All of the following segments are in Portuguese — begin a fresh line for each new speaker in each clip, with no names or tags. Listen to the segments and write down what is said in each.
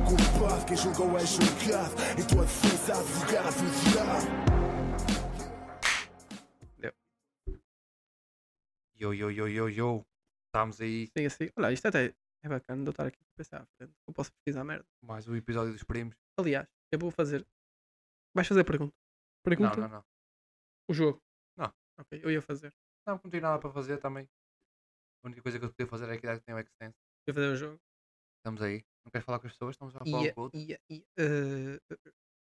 julgado, quem julgou é julgado. Em tua defesa, advogado, o diabo.
Yo, yo, yo, yo, yo. Estamos aí
Sim, assim. Olha, isto até é bacana de eu estar aqui a pensar à frente. Eu posso pesquisar merda.
com mais um episódio dos primos.
Aliás, eu vou fazer. Vais fazer a pergunta? Pergunta
Não, não, não.
o jogo.
Não.
Ok, eu ia fazer.
Não, porque não tenho nada para fazer também. A única coisa que eu podia fazer é que dar que tem o Extense.
Eu ia fazer o jogo.
Estamos aí. Não queres falar com as pessoas? Estamos a falar
E,
um com o outro.
e, e eh,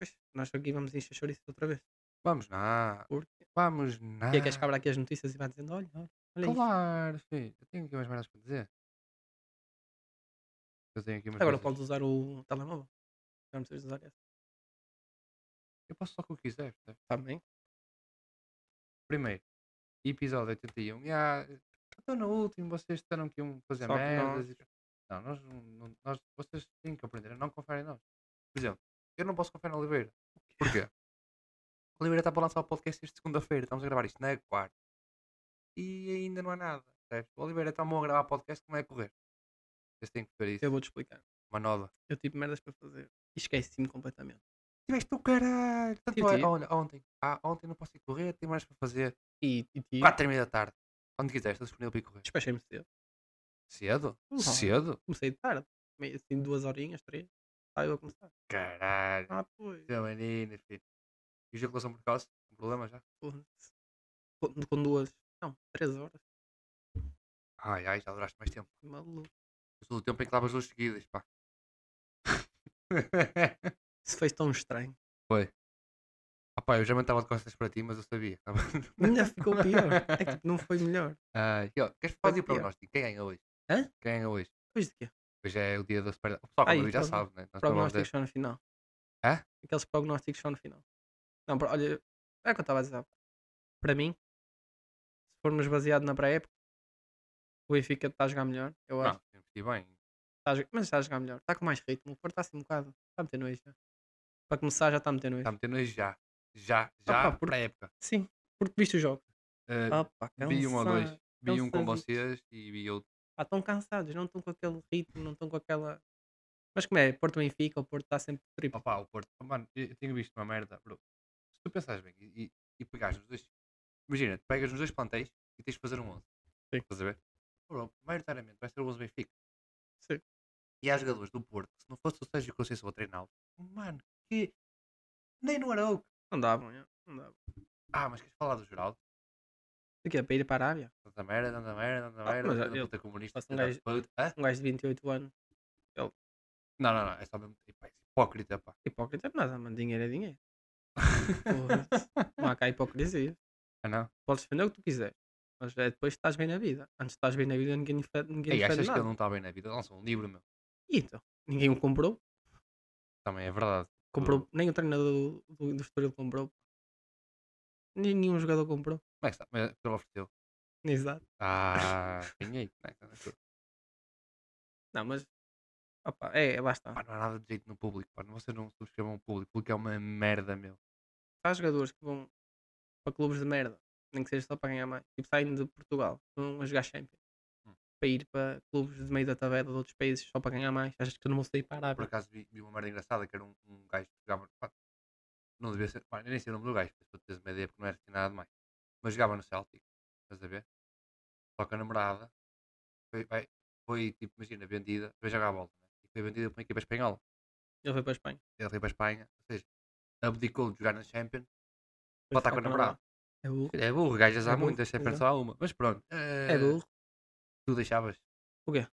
pois, nós aqui vamos encher chouriço outra vez.
Vamos na.
Porque
Vamos na.
e é que és cabra aqui as notícias e vai dizendo: olha, olha, olha isto.
Ah. Claro, filho. Eu tenho aqui umas merdas para dizer. Eu tenho aqui umas
Agora
coisas.
podes usar o telemóvel. Não precisas usar esse.
Eu posso só o que eu quiser. percebe?
Também.
Primeiro, episódio 81. Já, estou então no último, vocês disseram que iam fazer
Só que
merdas. e- Não, nós, não- não- nós, vocês têm que aprender a não confiar em nós. Por exemplo, eu não posso confiar na Oliveira. Porquê? A Oliveira está para lançar o podcast esta segunda-feira. Estamos a gravar isto na quarta. E ainda não há nada. percebes? O Oliveira está bom a gravar podcast como é a correr. Vocês têm que ver isso.
Eu vou-te explicar.
Manola.
Eu tive merdas para fazer. E Esqueci-me completamente.
Tiveste o caralho. Tanto é,
tive.
olha, ontem. Ah, ontem não posso ir correr, tenho mais para fazer.
E, e, e
4 e meia da tarde. Onde quiseres, estou disponível para ir correr.
despachei-me cedo.
Cedo?
Uhum.
Cedo?
Comecei de tarde. Meio assim, duas horinhas, três. Aí eu a começar.
Caralho.
Ah, pois.
Seu menino, filho. E ejaculação precoce? Um problema já?
foda-se. Com, com duas. Não, três horas.
Ai, ai, já duraste mais tempo.
Maluco.
Eu sou do tempo em que lavas duas seguidas, pá.
Isso fez tão estranho.
ah, pá, eu já mandava de costas para ti, mas eu sabia. tá bom?
Ainda ficou pior. É que tipo, não foi melhor.
Ai, e ó, queres fazer o
pior.
prognóstico? Quem ganha hoje?
Hã?
Quem ganha hoje?
Depois de quê?
Hoje é o dia da super... O pessoal
Ai,
como eu já
progn-
sabe, né? Nós não vamos
Prognósticos
dizer-
só no final.
Hã?
Aqueles prognósticos só no final. Não, pro- olha, é o que eu estava a dizer. há pouco. Para mim, se formos baseado na pré-época, o Benfica está a jogar melhor, eu acho.
Não, investi bem.
Está a jo- mas está a jogar melhor. Está com mais ritmo. O Porto está assim um bocado. Está a meter nojo já. Para começar, já está a meter nojo.
Está metendo aí já. Já, já,
pá, por-
para a época.
Sim, porque viste o jogo.
Uh,
Ah, pá,
vi um ou dois.
cansado.
Vi um com
cansados.
vocês e vi outro.
Pá, estão cansados, não estão com aquele ritmo, não estão com aquela. Mas como é? Porto Benfica, o Porto está sempre triplo.
Opa, o Porto. Oh, Mano, eu eu tenho visto uma merda, bro. Se tu pensares bem e, e, e pegares nos dois. Imagina, tu pegas nos dois plantéis e tens de fazer um 11.
Sim.
Estás a ver? Bro, maioritariamente vai ser o 11 Benfica.
Sim.
E há jogadores do Porto, que se não fosse o Sérgio Conceição a treiná-los, mano, que. Nem no Arauco.
Não davam, é, não davam.
Ah, mas queres falar do Geraldo?
O quê? Para ir para a Arábia?
Tanta merda, tanta merda, tanta
Ah,
merda.
mas
filho da
ele-
puta comunista.
mas um
filho da
gajo-
puta. Hã?
Um gajo de 28 anos,
Não, não, não. É só mesmo. Epá, é hipócrita, pá.
hipócrita, não nada, mano. Dinheiro é dinheiro. Porra, não há cá hipocrisia.
Ah, não?
Podes defender o que tu quiseres, mas é depois que estás bem na vida. Antes de estás bem na vida, ninguém lhe fe- ninguém
Ei,
lhe fede
achas que
nada.
ele não está bem na vida? Lança um livro, meu.
E então? Ninguém o comprou.
Também é verdade.
comprou nem o treinador do, do, do Estoril comprou. Nem nenhum jogador comprou.
Como é que está? Mas ele ofereceu.
Exato. Tá,
Ah, ganhei.
né?
Não, não, não,
Não, mas. Opa, é, é, lá está.
pá, não há nada de jeito no público. Pá. Vocês não um subscrevam o público. O público é uma merda, meu.
há jogadores que vão para clubes de merda, nem que seja só para ganhar mais, tipo saem de Portugal, vão a jogar Champions,
Hum.
para ir para clubes de meio da tabela de outros países só para ganhar mais, achas que eu não vou sair para a
Por
Arábia?
acaso vi, vi uma merda engraçada que era um, um gajo que jogava. pá, não devia ser. Pá, nem sei o nome do gajo, para teres uma ideia, porque não era assim nada demais. Mas jogava no Celtic. Estás a ver? Só que a namorada foi, vai- foi, tipo, imagina, vendida. Veja jogar a bola. né? E foi vendida para uma equipa espanhola.
Ele foi para a Espanha.
Ele veio para a Espanha. Ou seja, abdicou de jogar na Champions.
Foi
Só está
só
com a
para
namorada.
É burro.
É burro, gajas
É
há
burro,
muitas, Champions só há uma. Mas pronto.
É
eh,
burro.
tu deixavas?
O quê?
A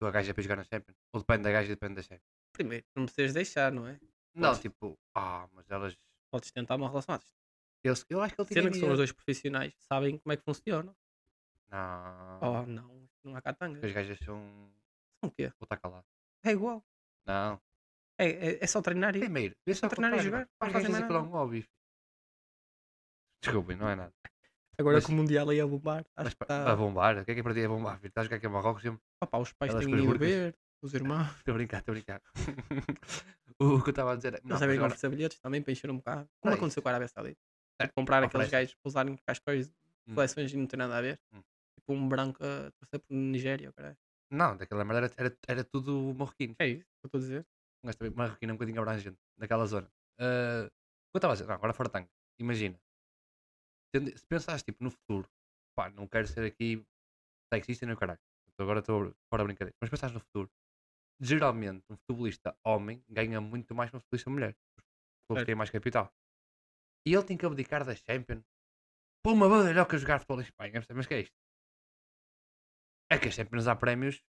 tua gaja para jogar na Champions? Ou depende da gaja e depende da Champions?
Primeiro, não precisas deixar, não é?
Não,
Pois.
tipo, ah, mas elas.
Podes tentar uma relação. Ah,
Eu, eu acho que ele tinha.
Sendo que são os
dinheiro.
dois profissionais, sabem como é que funciona.
Não.
Oh, não, não há catanga.
As gajas são.
São o quê?
Vou estar calado.
É igual.
Não.
É, é, é só treinar e.
Primeiro, vê só
treinar e jogar, não
As
fazem
gajas
mais
aquilo é
nada.
um hobby. Desculpem, não é nada.
Agora
mas-
que o Mundial aí a bombar,
Mas
acho que tá.
pa- a
está.
bombar, o que é que é para ti é bombar? filho? Estás a jogar aqui a Marrocos sempre.
Opa, os pais
Elas
têm
com as
de
burcas.
beber, os irmãos.
Estou a brincar, estou a brincar. o que eu estava a dizer é.
Não
Não,
sabem
mas agora-
oferecer bilhetes também para encher um bocado.
Não
Como
é
aconteceu
isso.
com a Arábia Saudita?
É,
Tipo, comprar aqueles
oferece.
gajos para usarem com as coisas,
Hum.
coleções e não tem nada a ver.
Hum.
Tipo um branco a torcer por Nigéria, caralho.
não, daquela merda era, era, era tudo marroquinos.
É isso que eu estou a dizer.
mas também uma roquina um bocadinho abrangente, naquela zona. Ah, o que eu estava a dizer, não, agora fora tanga, imagina, tende- se pensares tipo no futuro, pá, não quero ser aqui sexista nem o caralho, Então agora estou fora da brincadeira, mas pensares no futuro, geralmente um futebolista homem ganha muito mais que um futebolista mulher, os clubes
Certo.
têm mais capital, e ele tem que abdicar da Champions para uma badalhoca jogar futebol em Espanha, percebe? mas que é isto? É que a Champions há prémios,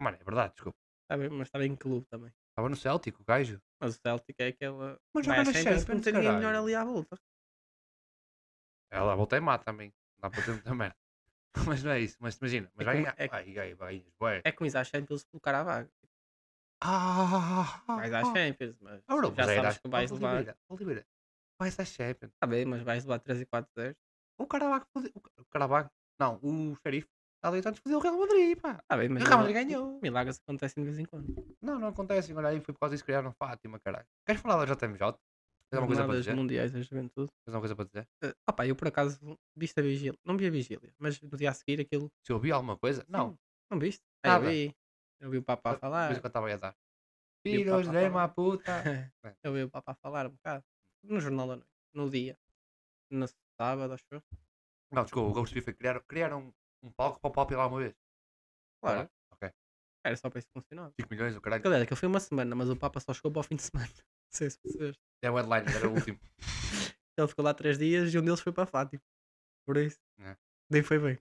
mano, é verdade, desculpa.
Está bem, mas estava em clube também.
Estava no Celtic, o gajo.
Mas o Celtic é aquela.
Mas
Vai à
joga na um
Champions,
Champions,
não tem ninguém é melhor
caralho.
ali à volta.
Ela volta a É, má também. Dá para ter muita merda. Mas não é isso. Mas imagina. Mas
É
vai
como-
ganhar.
é-
Vai, vai, vai. vai.
É com isso à Champions colocar à vaga.
Ah,
Vais à Champions, mas
Ah, Bruno,
já
mas era-
sabes que vais
Oh,
levar.
Oliveira, Oliveira, Vais à Champions.
Está bem, mas vais levar 3 e 4 0
O Caravaggio. fode- o Ca- O Caravaggio. Não, o xerife. Há dois anos fodeu o Real Madrid, pá.
Está Tá bem,
O
mas.
Real Madrid
milagres-
ganhou.
Milagres acontecem de vez em quando.
Não, não acontece. Olha aí, foi por causa disso que criaram Fátima, caralho. Queres falar da JMJ? Tens alguma é coisa para
Jornadas
dizer?
mundiais é da juventude.
Tens alguma coisa para dizer?
Ah, opa, eu por acaso viste a vigília. Não vi a vigília, mas no dia a seguir aquilo.
Se eu ouvi alguma coisa? Não.
Sim, Não viste? Ah, eu
Nada.
vi. Eu vi o Papá falar.
Depois que eu estava aí a dar.
E o
Filhos
Papa
de
fala.
uma puta. É.
eu vi o Papá falar um bocado. No jornal da noite. No dia. No sábado, acho
Tá
eu.
Não, desculpa, o que eu percebi foi criar, criar um, um palco para o Pop ir lá uma vez.
Claro.
Ok.
Era só para isso que funcionava.
5 milhões, o caralho.
Galera, que foi uma semana, mas o Papa só chegou para o fim de semana. Não sei se percebeste.
É o headline, era o último.
Ele ficou lá três dias e um deles foi para Fátima. Por isso.
É.
Nem foi bem.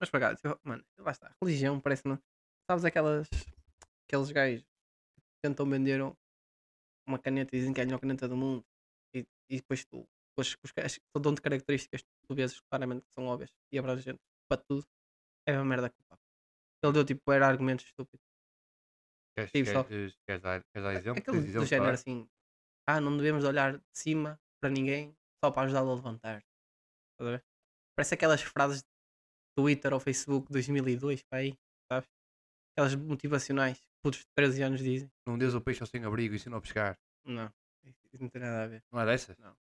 Mas para cá, tipo, mano, lá está. Religião parece não. Sabes aquelas. Aqueles gajos que tentam vender um- uma caneta e dizem que é a melhor caneta do mundo. E, e depois tu. Depois os gajos que te dão-te características que tu vês claramente que são óbvias e abrangentes para tudo. É uma merda culpa. Ele deu tipo, era argumentos estúpidos.
Queres,
Sim, só-
queres, queres dar, queres dar exemplo?
Aquele
Tens
do
exemplo,
género
claro.
assim. Ah, não devemos olhar de cima para ninguém só para ajudá-lo a levantar. Estás a ver? Parece aquelas frases de Twitter ou Facebook 2002, para aí, sabes? Aquelas motivacionais que putos de 13 anos dizem.
Não dês o peixe ao sem abrigo, ensina a pescar.
Não, isso não tem nada a ver.
Não é dessas?
Não.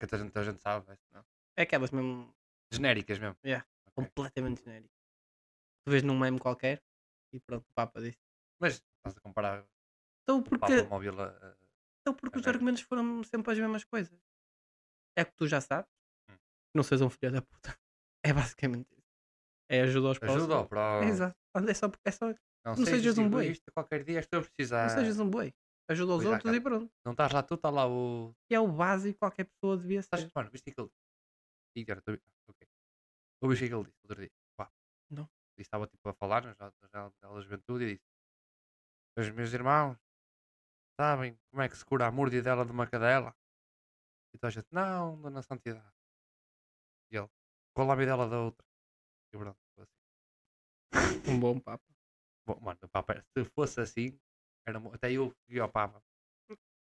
Que toda a gente, a gente sabe. essa Não.
É aquelas mesmo
Genéricas mesmo.
Yeah. Um
Ok.
completamente genéricas. Tu vês num meme qualquer e pronto, o Papa disse.
Mas estás a comparar o eh,
Então porque,
Papa Móvel a- a.
então porque os
Agora-
argumentos foram sempre as mesmas coisas. É que tu já sabes.
Hum.
Não sejas um filho da puta. É basicamente isso. É ajuda aos pobres.
Ajuda ao próximo.
Exato. Anda, É só, é só, não
Não,
Não sejas um boi.
egoísta, Qualquer dia estou a precisar.
sejas um boi. Ajuda aos
Ah. Pois já,
outros
cara.
e pronto.
Não estás lá, tu está lá o.
E é o básico que qualquer pessoa devia
Estás,
ser.
mano, viste aquele. Ih, agora estou. ah, Ok. Ouviste o que ele disse outro dia? Pá.
Não.
E estava tipo a falar na janela- na janela da juventude e disse: Os meus irmãos sabem como é que se cura a múrdia dela de uma cadela? E toda a gente: Não, Dona Santidade. E ele: Qual a dela da outra? E pronto. foi assim.
Um bom papo.
Bom, mano, o Papa, se fosse assim, era, mo- até eu ia ao Papa.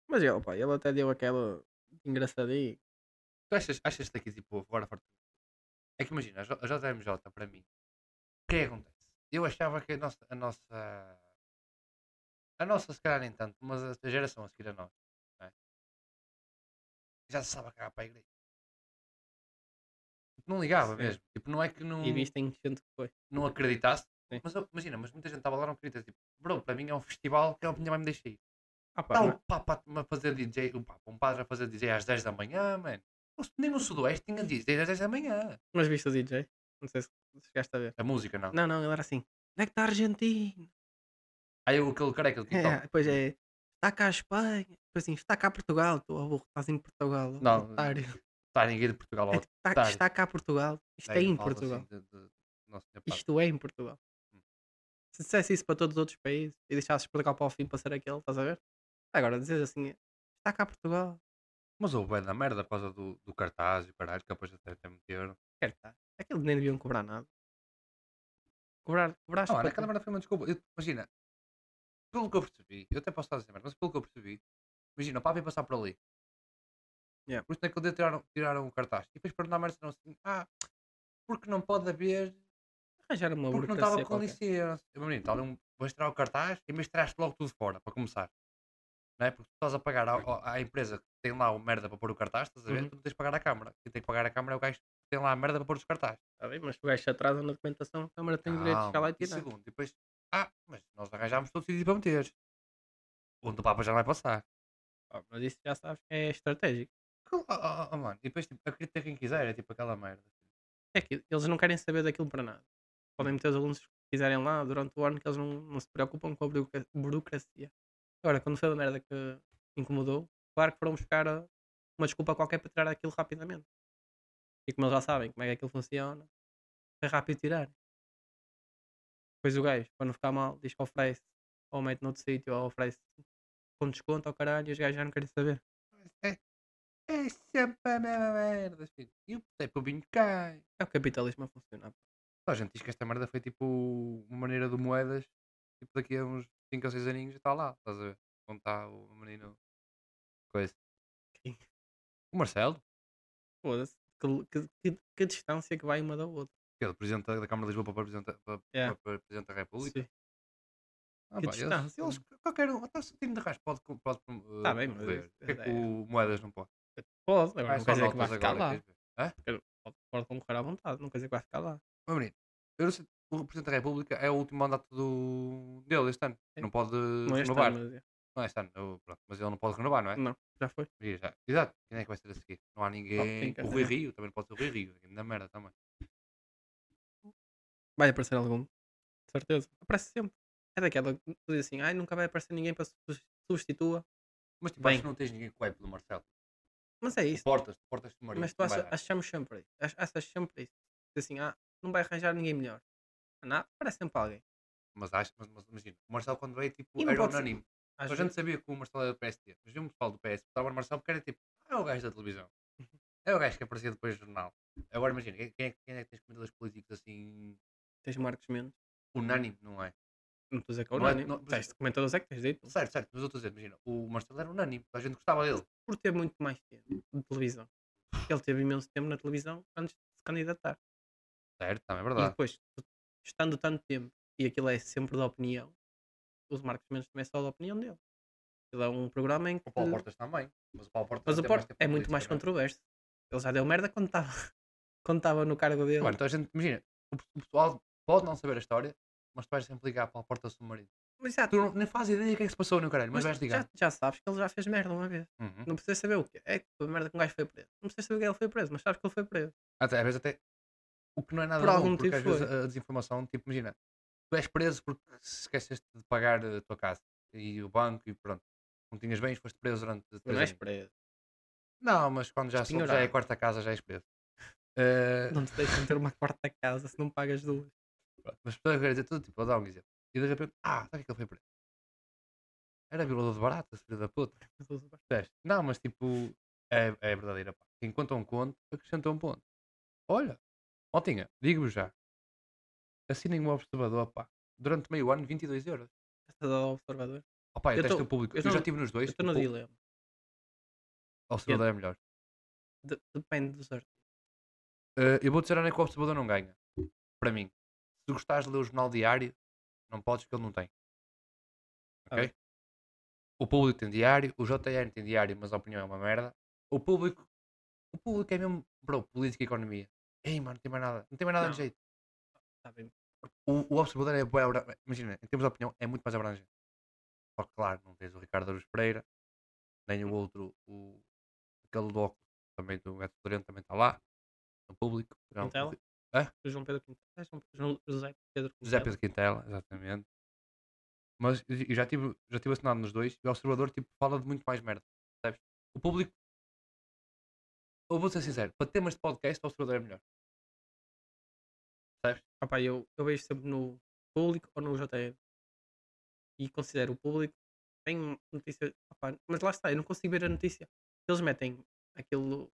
Mas ele, pá, ele até deu aquela engraçadinha.
Tu achas, achas que aqui, tipo, agora forte? É que imagina, a J- a JMJ, para mim, o que
Hum.
é que acontece? Eu achava que a nossa, a nossa, a nossa, se calhar nem tanto, mas a a geração a seguir a nós, não é? já se sabe a cagar para a igreja. Não ligava
Sim.
mesmo. Tipo, não é que não,
E viste em que gente que foi.
não acreditasse,
Sim.
mas eu- imagina, mas muita gente estava lá e não acredita. Tipo, bro, para mim é um festival que a minha mãe me deixa ir.
Ah, pá,
Está
não-
um papa a fazer DJ, um, papa, um padre a fazer DJ às 10 da manhã, mano. Não- Nem no Sudoeste tinha DJ às 10 da manhã.
Mas viste o DJ? Não sei se se chegaste a ver.
A música não.
Não, não, ele era assim. Onde é que está a Argentina?
Aí eu, aquele careca do TikTok.
É, depois é. Está cá a Espanha. Depois assim, está cá Portugal. Estou burro, estás em Portugal. ó,
Não,
otário.
Está Tá, ninguém de Portugal
É,
ao
tipo, está,
otário.
está cá Portugal. Isto é
Aí eu
em
falo
Portugal.
Assim, de, de, nossa, minha parte.
Isto é em Portugal.
Hum.
Se dissesse isso para todos os outros países e deixasses Portugal para o fim para ser aquele, estás a ver? Agora, dizes assim, está cá Portugal.
Mas houve bem da merda por causa do, do cartaz e o caralho, que depois até, até meteram.
Quer estar. Aquilo nem deviam cobrar nada. Cobrar, cobraste
Não,
para
naquela Ah, merda foi uma desculpa. Eu- imagina, pelo que eu percebi, eu até posso estar a dizer merda, mas pelo que eu percebi, imagina, o papa ia passar por ali.
Yeah.
Por isso naquele dia tiraram, tiraram o cartaz. E depois perguntaram à merda assim, ah, porque não pode haver
arranjar uma
Porque
burocracia
não estava com
qualquer.
licença. Eu, Menino, está ali um. Vais tirar o cartaz e mas tiraste logo tudo fora, para começar. Não é? Porque tu estás a pagar ao- ao- à, empresa que tem lá o merda para pôr o cartaz, estás a ver?
Uhum.
Tu não tens de pagar à câmara. Quem tem que pagar à câmara é o gajo que tem lá a merda para pôr os cartazes.
Está tá bem, mas tu gajo se atrasa na
é
documentação, a Câmara tem o direito de chegar lá e
Calma. um E
tirar.
segundo, depois. Ah, mas nós arranjámos todo o sítio para meter. onde o Papa já não vai passar.
Ah, mas isso já sabes que é estratégico.
Oh, oh, oh, mano. E depois, tipo, acredita quem quiser, é tipo aquela merda.
É que eles não querem saber daquilo para nada. Podem meter os alunos que quiserem lá durante o ano que eles não, não se preocupam com a burocra- burocracia. Agora, quando foi a merda que incomodou, claro que foram buscar ah, uma desculpa qualquer para tirar aquilo rapidamente. E como eles já sabem como é que aquilo funciona, foi rápido tirar. Depois o gajo, para não ficar mal, diz que oferece, ou mete noutro sítio, ou oferece com desconto ao caralho, e os gajos já não querem saber.
É, é sempre a mesma merda, filho. E o tipo, o vinho cai.
É o capitalismo a funcionar.
Toda a gente diz que esta merda foi tipo uma maneira do moedas. Tipo, daqui a uns 5 ou 6 aninhos já está lá. Estás a ver? Onde está o menino. Coisa.
Quem?
O Marcelo,
Foda-se. Que, que, que, que distância que vai uma da outra.
que é o presidente da da Câmara de Lisboa para presidente, para,
Yeah.
para presidente da República.
É. Sim.
Ah,
Que
pá, eles-
distância,
eles- qualquer um, até se o time de raios pode, pode uh,
Tá bem, mas
promover. Porquê
isso
que
é-
o Moedas não pode?
Pode, agora
Ah,
não
só
quer dizer que vai
notas
ficar
agora,
lá.
queres ver? Hã?
Pode, pode concorrer à vontade, não quer dizer que vai ficar lá.
Meu menino, eu não sei, o Presidente da República é o último mandato do... dele este ano.
Sim.
Não pode
Não é este
renovar.
ano, mas é.
Não é este ano, eu- pronto, mas ele não pode renovar, não é?
Não, já foi.
E já- Exato, quem é que vai ser a seguir? Não há ninguém.
quer
o Rui
dizer-
Rio, também não pode ser o Rui Rio, na merda também.
Vai aparecer algum. De certeza. Aparece sempre. É daquela que diz assim, ai, nunca vai aparecer ninguém para su- substitua.
Mas tipo,
Bem.
acho que não tens ninguém que vai pelo Marcelo.
Mas é
Tu
isso.
Portas, tu portas de marido.
Mas tu
não vai
achas,
dar.
achamos sempre isso. Ach- Achas sempre isso. Diz assim, ah, não vai arranjar ninguém melhor. Ah, Não, aparece sempre alguém.
Mas acho, mas, mas imagina, o Marcelo quando veio tipo,
E não
era
pode ser-
unânime.
Às
Toda a
vezes-
gente sabia que o Marcelo era do PSD, mas viu um pessoal do PS que estava no Marcelo porque era tipo, ah, é o gajo da televisão. É o gajo que aparecia depois do jornal. Agora imagina, quem é, quem é que tens comentadores políticos assim,
Tens Marcos Mendes.
unânime, não é?
Não estou a dizer que é
Não é-
unânime.
não- mas-
Tens comentadores é que tens dito.
Certo, certo, mas eu estou a dizer, imagina, o Marcelo era unânime, toda a gente gostava dele.
por ter muito mais tempo de televisão. Ele teve imenso tempo na televisão antes de se candidatar.
Certo, também é
E
verdade.
depois, estando tanto tempo, e aquilo é sempre da opinião, os Marcos Mendes também é só da opinião dele. Aquilo é um programa em que.
O Paulo Portas também. Mas o Paulo Portas
Mas o
até
Porto
tempo
é
na
muito mais
política, não
controverso. Ele já deu merda quando estava quando estava no cargo dele.
Mano, toda a gente, imagina, o pe- o pessoal pode não saber a história, mas tu vais sempre ligar para a porta do submarino.
mas já,
então, Tu não, nem fazes ideia do que é que se passou no caralho, mas,
mas
vais ligar.
já, já sabes que ele já fez merda uma vez.
Uhum.
Não precisas saber o que é que foi a merda que um gajo foi preso. Não precisas saber que ele foi preso, mas sabes que ele foi preso.
Até, às vezes até o que não é nada
Por
bom,
algum
porque
motivo
às vezes
foi.
a a desinformação, tipo, imagina, tu és preso porque esqueceste de pagar a tua casa e o banco e pronto. Não tinhas bens, foste preso durante três
Não és
anos.
preso.
Não, mas quando já, soube, já é a
Espinhorado.
quarta casa, já és preso. Eh,
Não te deixam ter uma quarta casa se não pagas duas.
Pronto, Mas para ver dizer tudo, tipo, vou dar um exemplo. E de repente, ah, sabe o que é que ele foi preso? Era violador de barata, filho da puta. Percebes? Não, mas tipo, é, é verdadeira. pá. Quem conta um conto, acrescenta um ponto. Olha, Otinha, digo-vos já. Assinem um observador, pá. Durante meio ano, 22 euros.
Estás ao observador.
Opá,
Eu
eu, eu testo
tô-
o público.
eu
Eu,
tô
já
no-
estive nos
Eu
dois.
estou no
o pú-
dilema.
observador é melhor.
De- depende dos artigos.
Eh, eu vou dizer onde é que o observador não ganha. Para mim. Se gostares de ler o jornal diário, não podes porque ele não tem.
Tá
Ok?
bem.
O público tem diário, o JN tem diário, mas a opinião é uma merda. O público. O público é mesmo. Bro, política e economia. Ei, mano, não tem mais nada. Não tem mais nada de
Não.
jeito.
Tá bem.
O, o observador é. bué abra- Imagina, em termos de opinião, é muito mais abrangente. Só que, claro, não tens o Ricardo Aruz Pereira, nem o outro, o. aquele do óculos, também do Gato Torrente, também está lá. No público. Não,
Quintela?
o
O João Pedro Quintela. É João- João- José Pedro
José
Quintela.
Pedro Quintela, exatamente. Mas eu já tive, já tive assinado nos dois e o observador tipo, fala de muito mais merda. Percebes? O público. Eu vou ser sincero, para temas de podcast, o observador é melhor.
Ah pá, eu, eu vejo sempre no público ou no JN. E considero o público. Tem notícias. ah pá, mas lá está, eu não consigo ver a notícia. Eles metem aquilo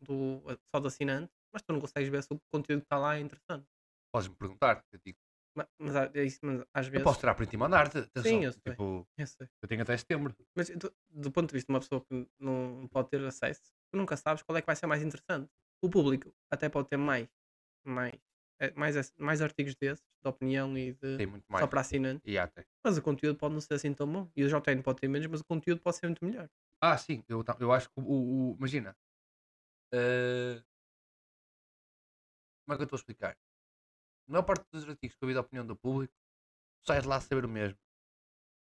do, só do assinante, mas tu não consegues ver se o conteúdo que está lá é interessante.
Podes-me perguntar, eu digo.
Ma- Mas, há- é isso, mas às
Eu
vezes.
posso tirar para ti e mandar-te. atenção.
Sim, eu sei.
tipo,
Eu sei.
eu tenho até setembro.
Mas do, do ponto de vista de uma pessoa que não pode ter acesso, tu nunca sabes qual é que vai ser mais interessante. O público até pode ter mais, mais, eh, mais, ass- mais artigos desses, de opinião e de
Tem muito
só
mais.
para assinante,
E há até.
mas o conteúdo pode não ser assim tão bom. E o JN pode ter menos, mas o conteúdo pode ser muito melhor.
Ah, sim, eu, ta- eu acho que o. o- o- imagina. eh, como é que eu estou a explicar? A maior parte dos artigos que eu vi da opinião do público, tu sais de lá a saber o mesmo.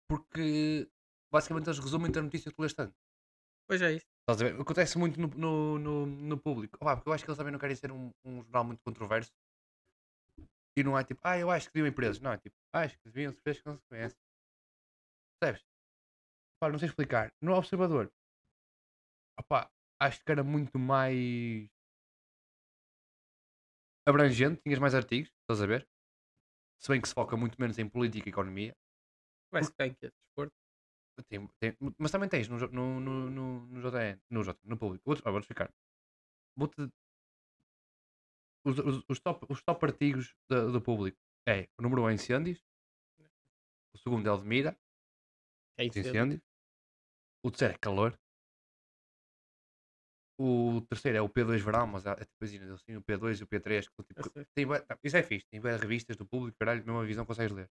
Porque basicamente eles resumem a notícia que tu lês tanto.
Pois é isso.
Estás a ver? Acontece muito no, no, no, no público. Opá, porque eu acho que eles também não querem ser um, um jornal muito controverso. E não é tipo, ah, eu acho que deviam ir presos. Não, é tipo, acho que deviam sofrer as consequências. Percebes? Opá, não sei explicar. No Observador, opá, acho que era muito mais abrangente. Tinhas mais artigos, estás a ver? Se bem que se foca muito menos em política e economia.
Vai se cair aqui a desporto.
Tem- tem- mas também tens no, J- no, no, no, no JN, no J, no público. Outro, ah, vamos ficar. Vou-te. Os, os, os top, os top artigos da- do público é o número 1 é incêndios, o segundo é Elmira,
É
de incêndios, o terceiro é calor, o terceiro é o P2 verão, mas há, é tipo, imagina, eles têm o P2 e o P3, que são tipo, tem bué- não, isso é fixe, tem bué revistas do público, caralho, mesma visão consegues ler.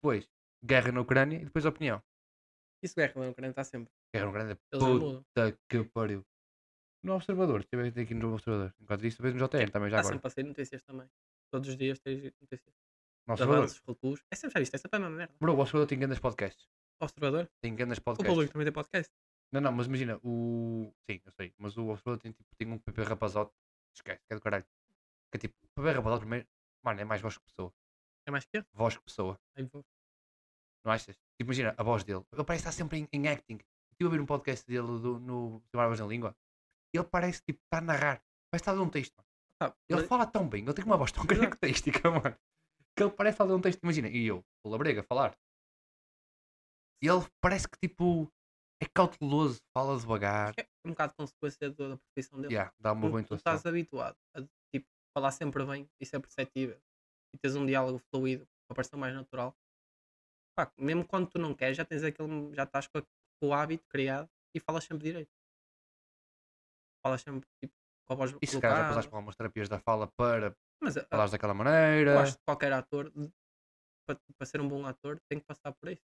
Depois, guerra na Ucrânia e depois opinião.
Isso guerra não querem estar sempre.
Guerra na Ucrânia, é
Eles não mudam.
Puta que pariu. No Observador, tive aqui no Observador. Enquanto isso, talvez no JTN também já
Está
agora.
sempre a sair notícias também. Todos os dias tens notícias.
No
De
Observador.
avanços, recuos. É sempre já visto, é sempre a mesma merda.
Bro, o Observador tem grandes podcasts.
Observador.
Tem grandes
O
podcasts.
público também tem podcast.
Não, não, mas imagina, o. Sim, eu sei. Mas o Observador tem, tipo, tem um PP rapazote. Esquece, que é do caralho. Que é tipo, PP rapazote primeiro. Mano, é mais voz que pessoa.
É mais que eu?
Voz que pessoa.
Aí vou.
Não achas? Tipo, imagina, a voz dele. Ele parece estar sempre em, em acting. Estive a ouvir um podcast dele do, no de Barbas na Língua. Ele parece, tipo, está a narrar. Parece estar a ler um texto.
Ah,
Ele
mas-
fala tão bem, ele tem uma voz tão característica, mano. Que ele parece fazer um texto, imagina, e eu, o Labrega, a falar. E ele parece que tipo é cauteloso, fala devagar.
É um bocado consequência do- da profissão dele.
Yeah, dá uma
Tu-
boa
tu
intuação.
estás habituado a tipo, falar sempre bem, isso é perceptível. E tens um diálogo fluido, uma parecer mais natural. Pá, mesmo quando tu não queres, já tens aquele. já estás com, a- com o hábito criado e falas sempre direito. Falas sempre tipo, com a voz
E se calhar já
colocada.
passaste por algumas terapias da fala para
Mas a- a-
falares daquela
eu
maneira.
acho que qualquer ator, de- para, para ser um bom ator, tem que passar por isso.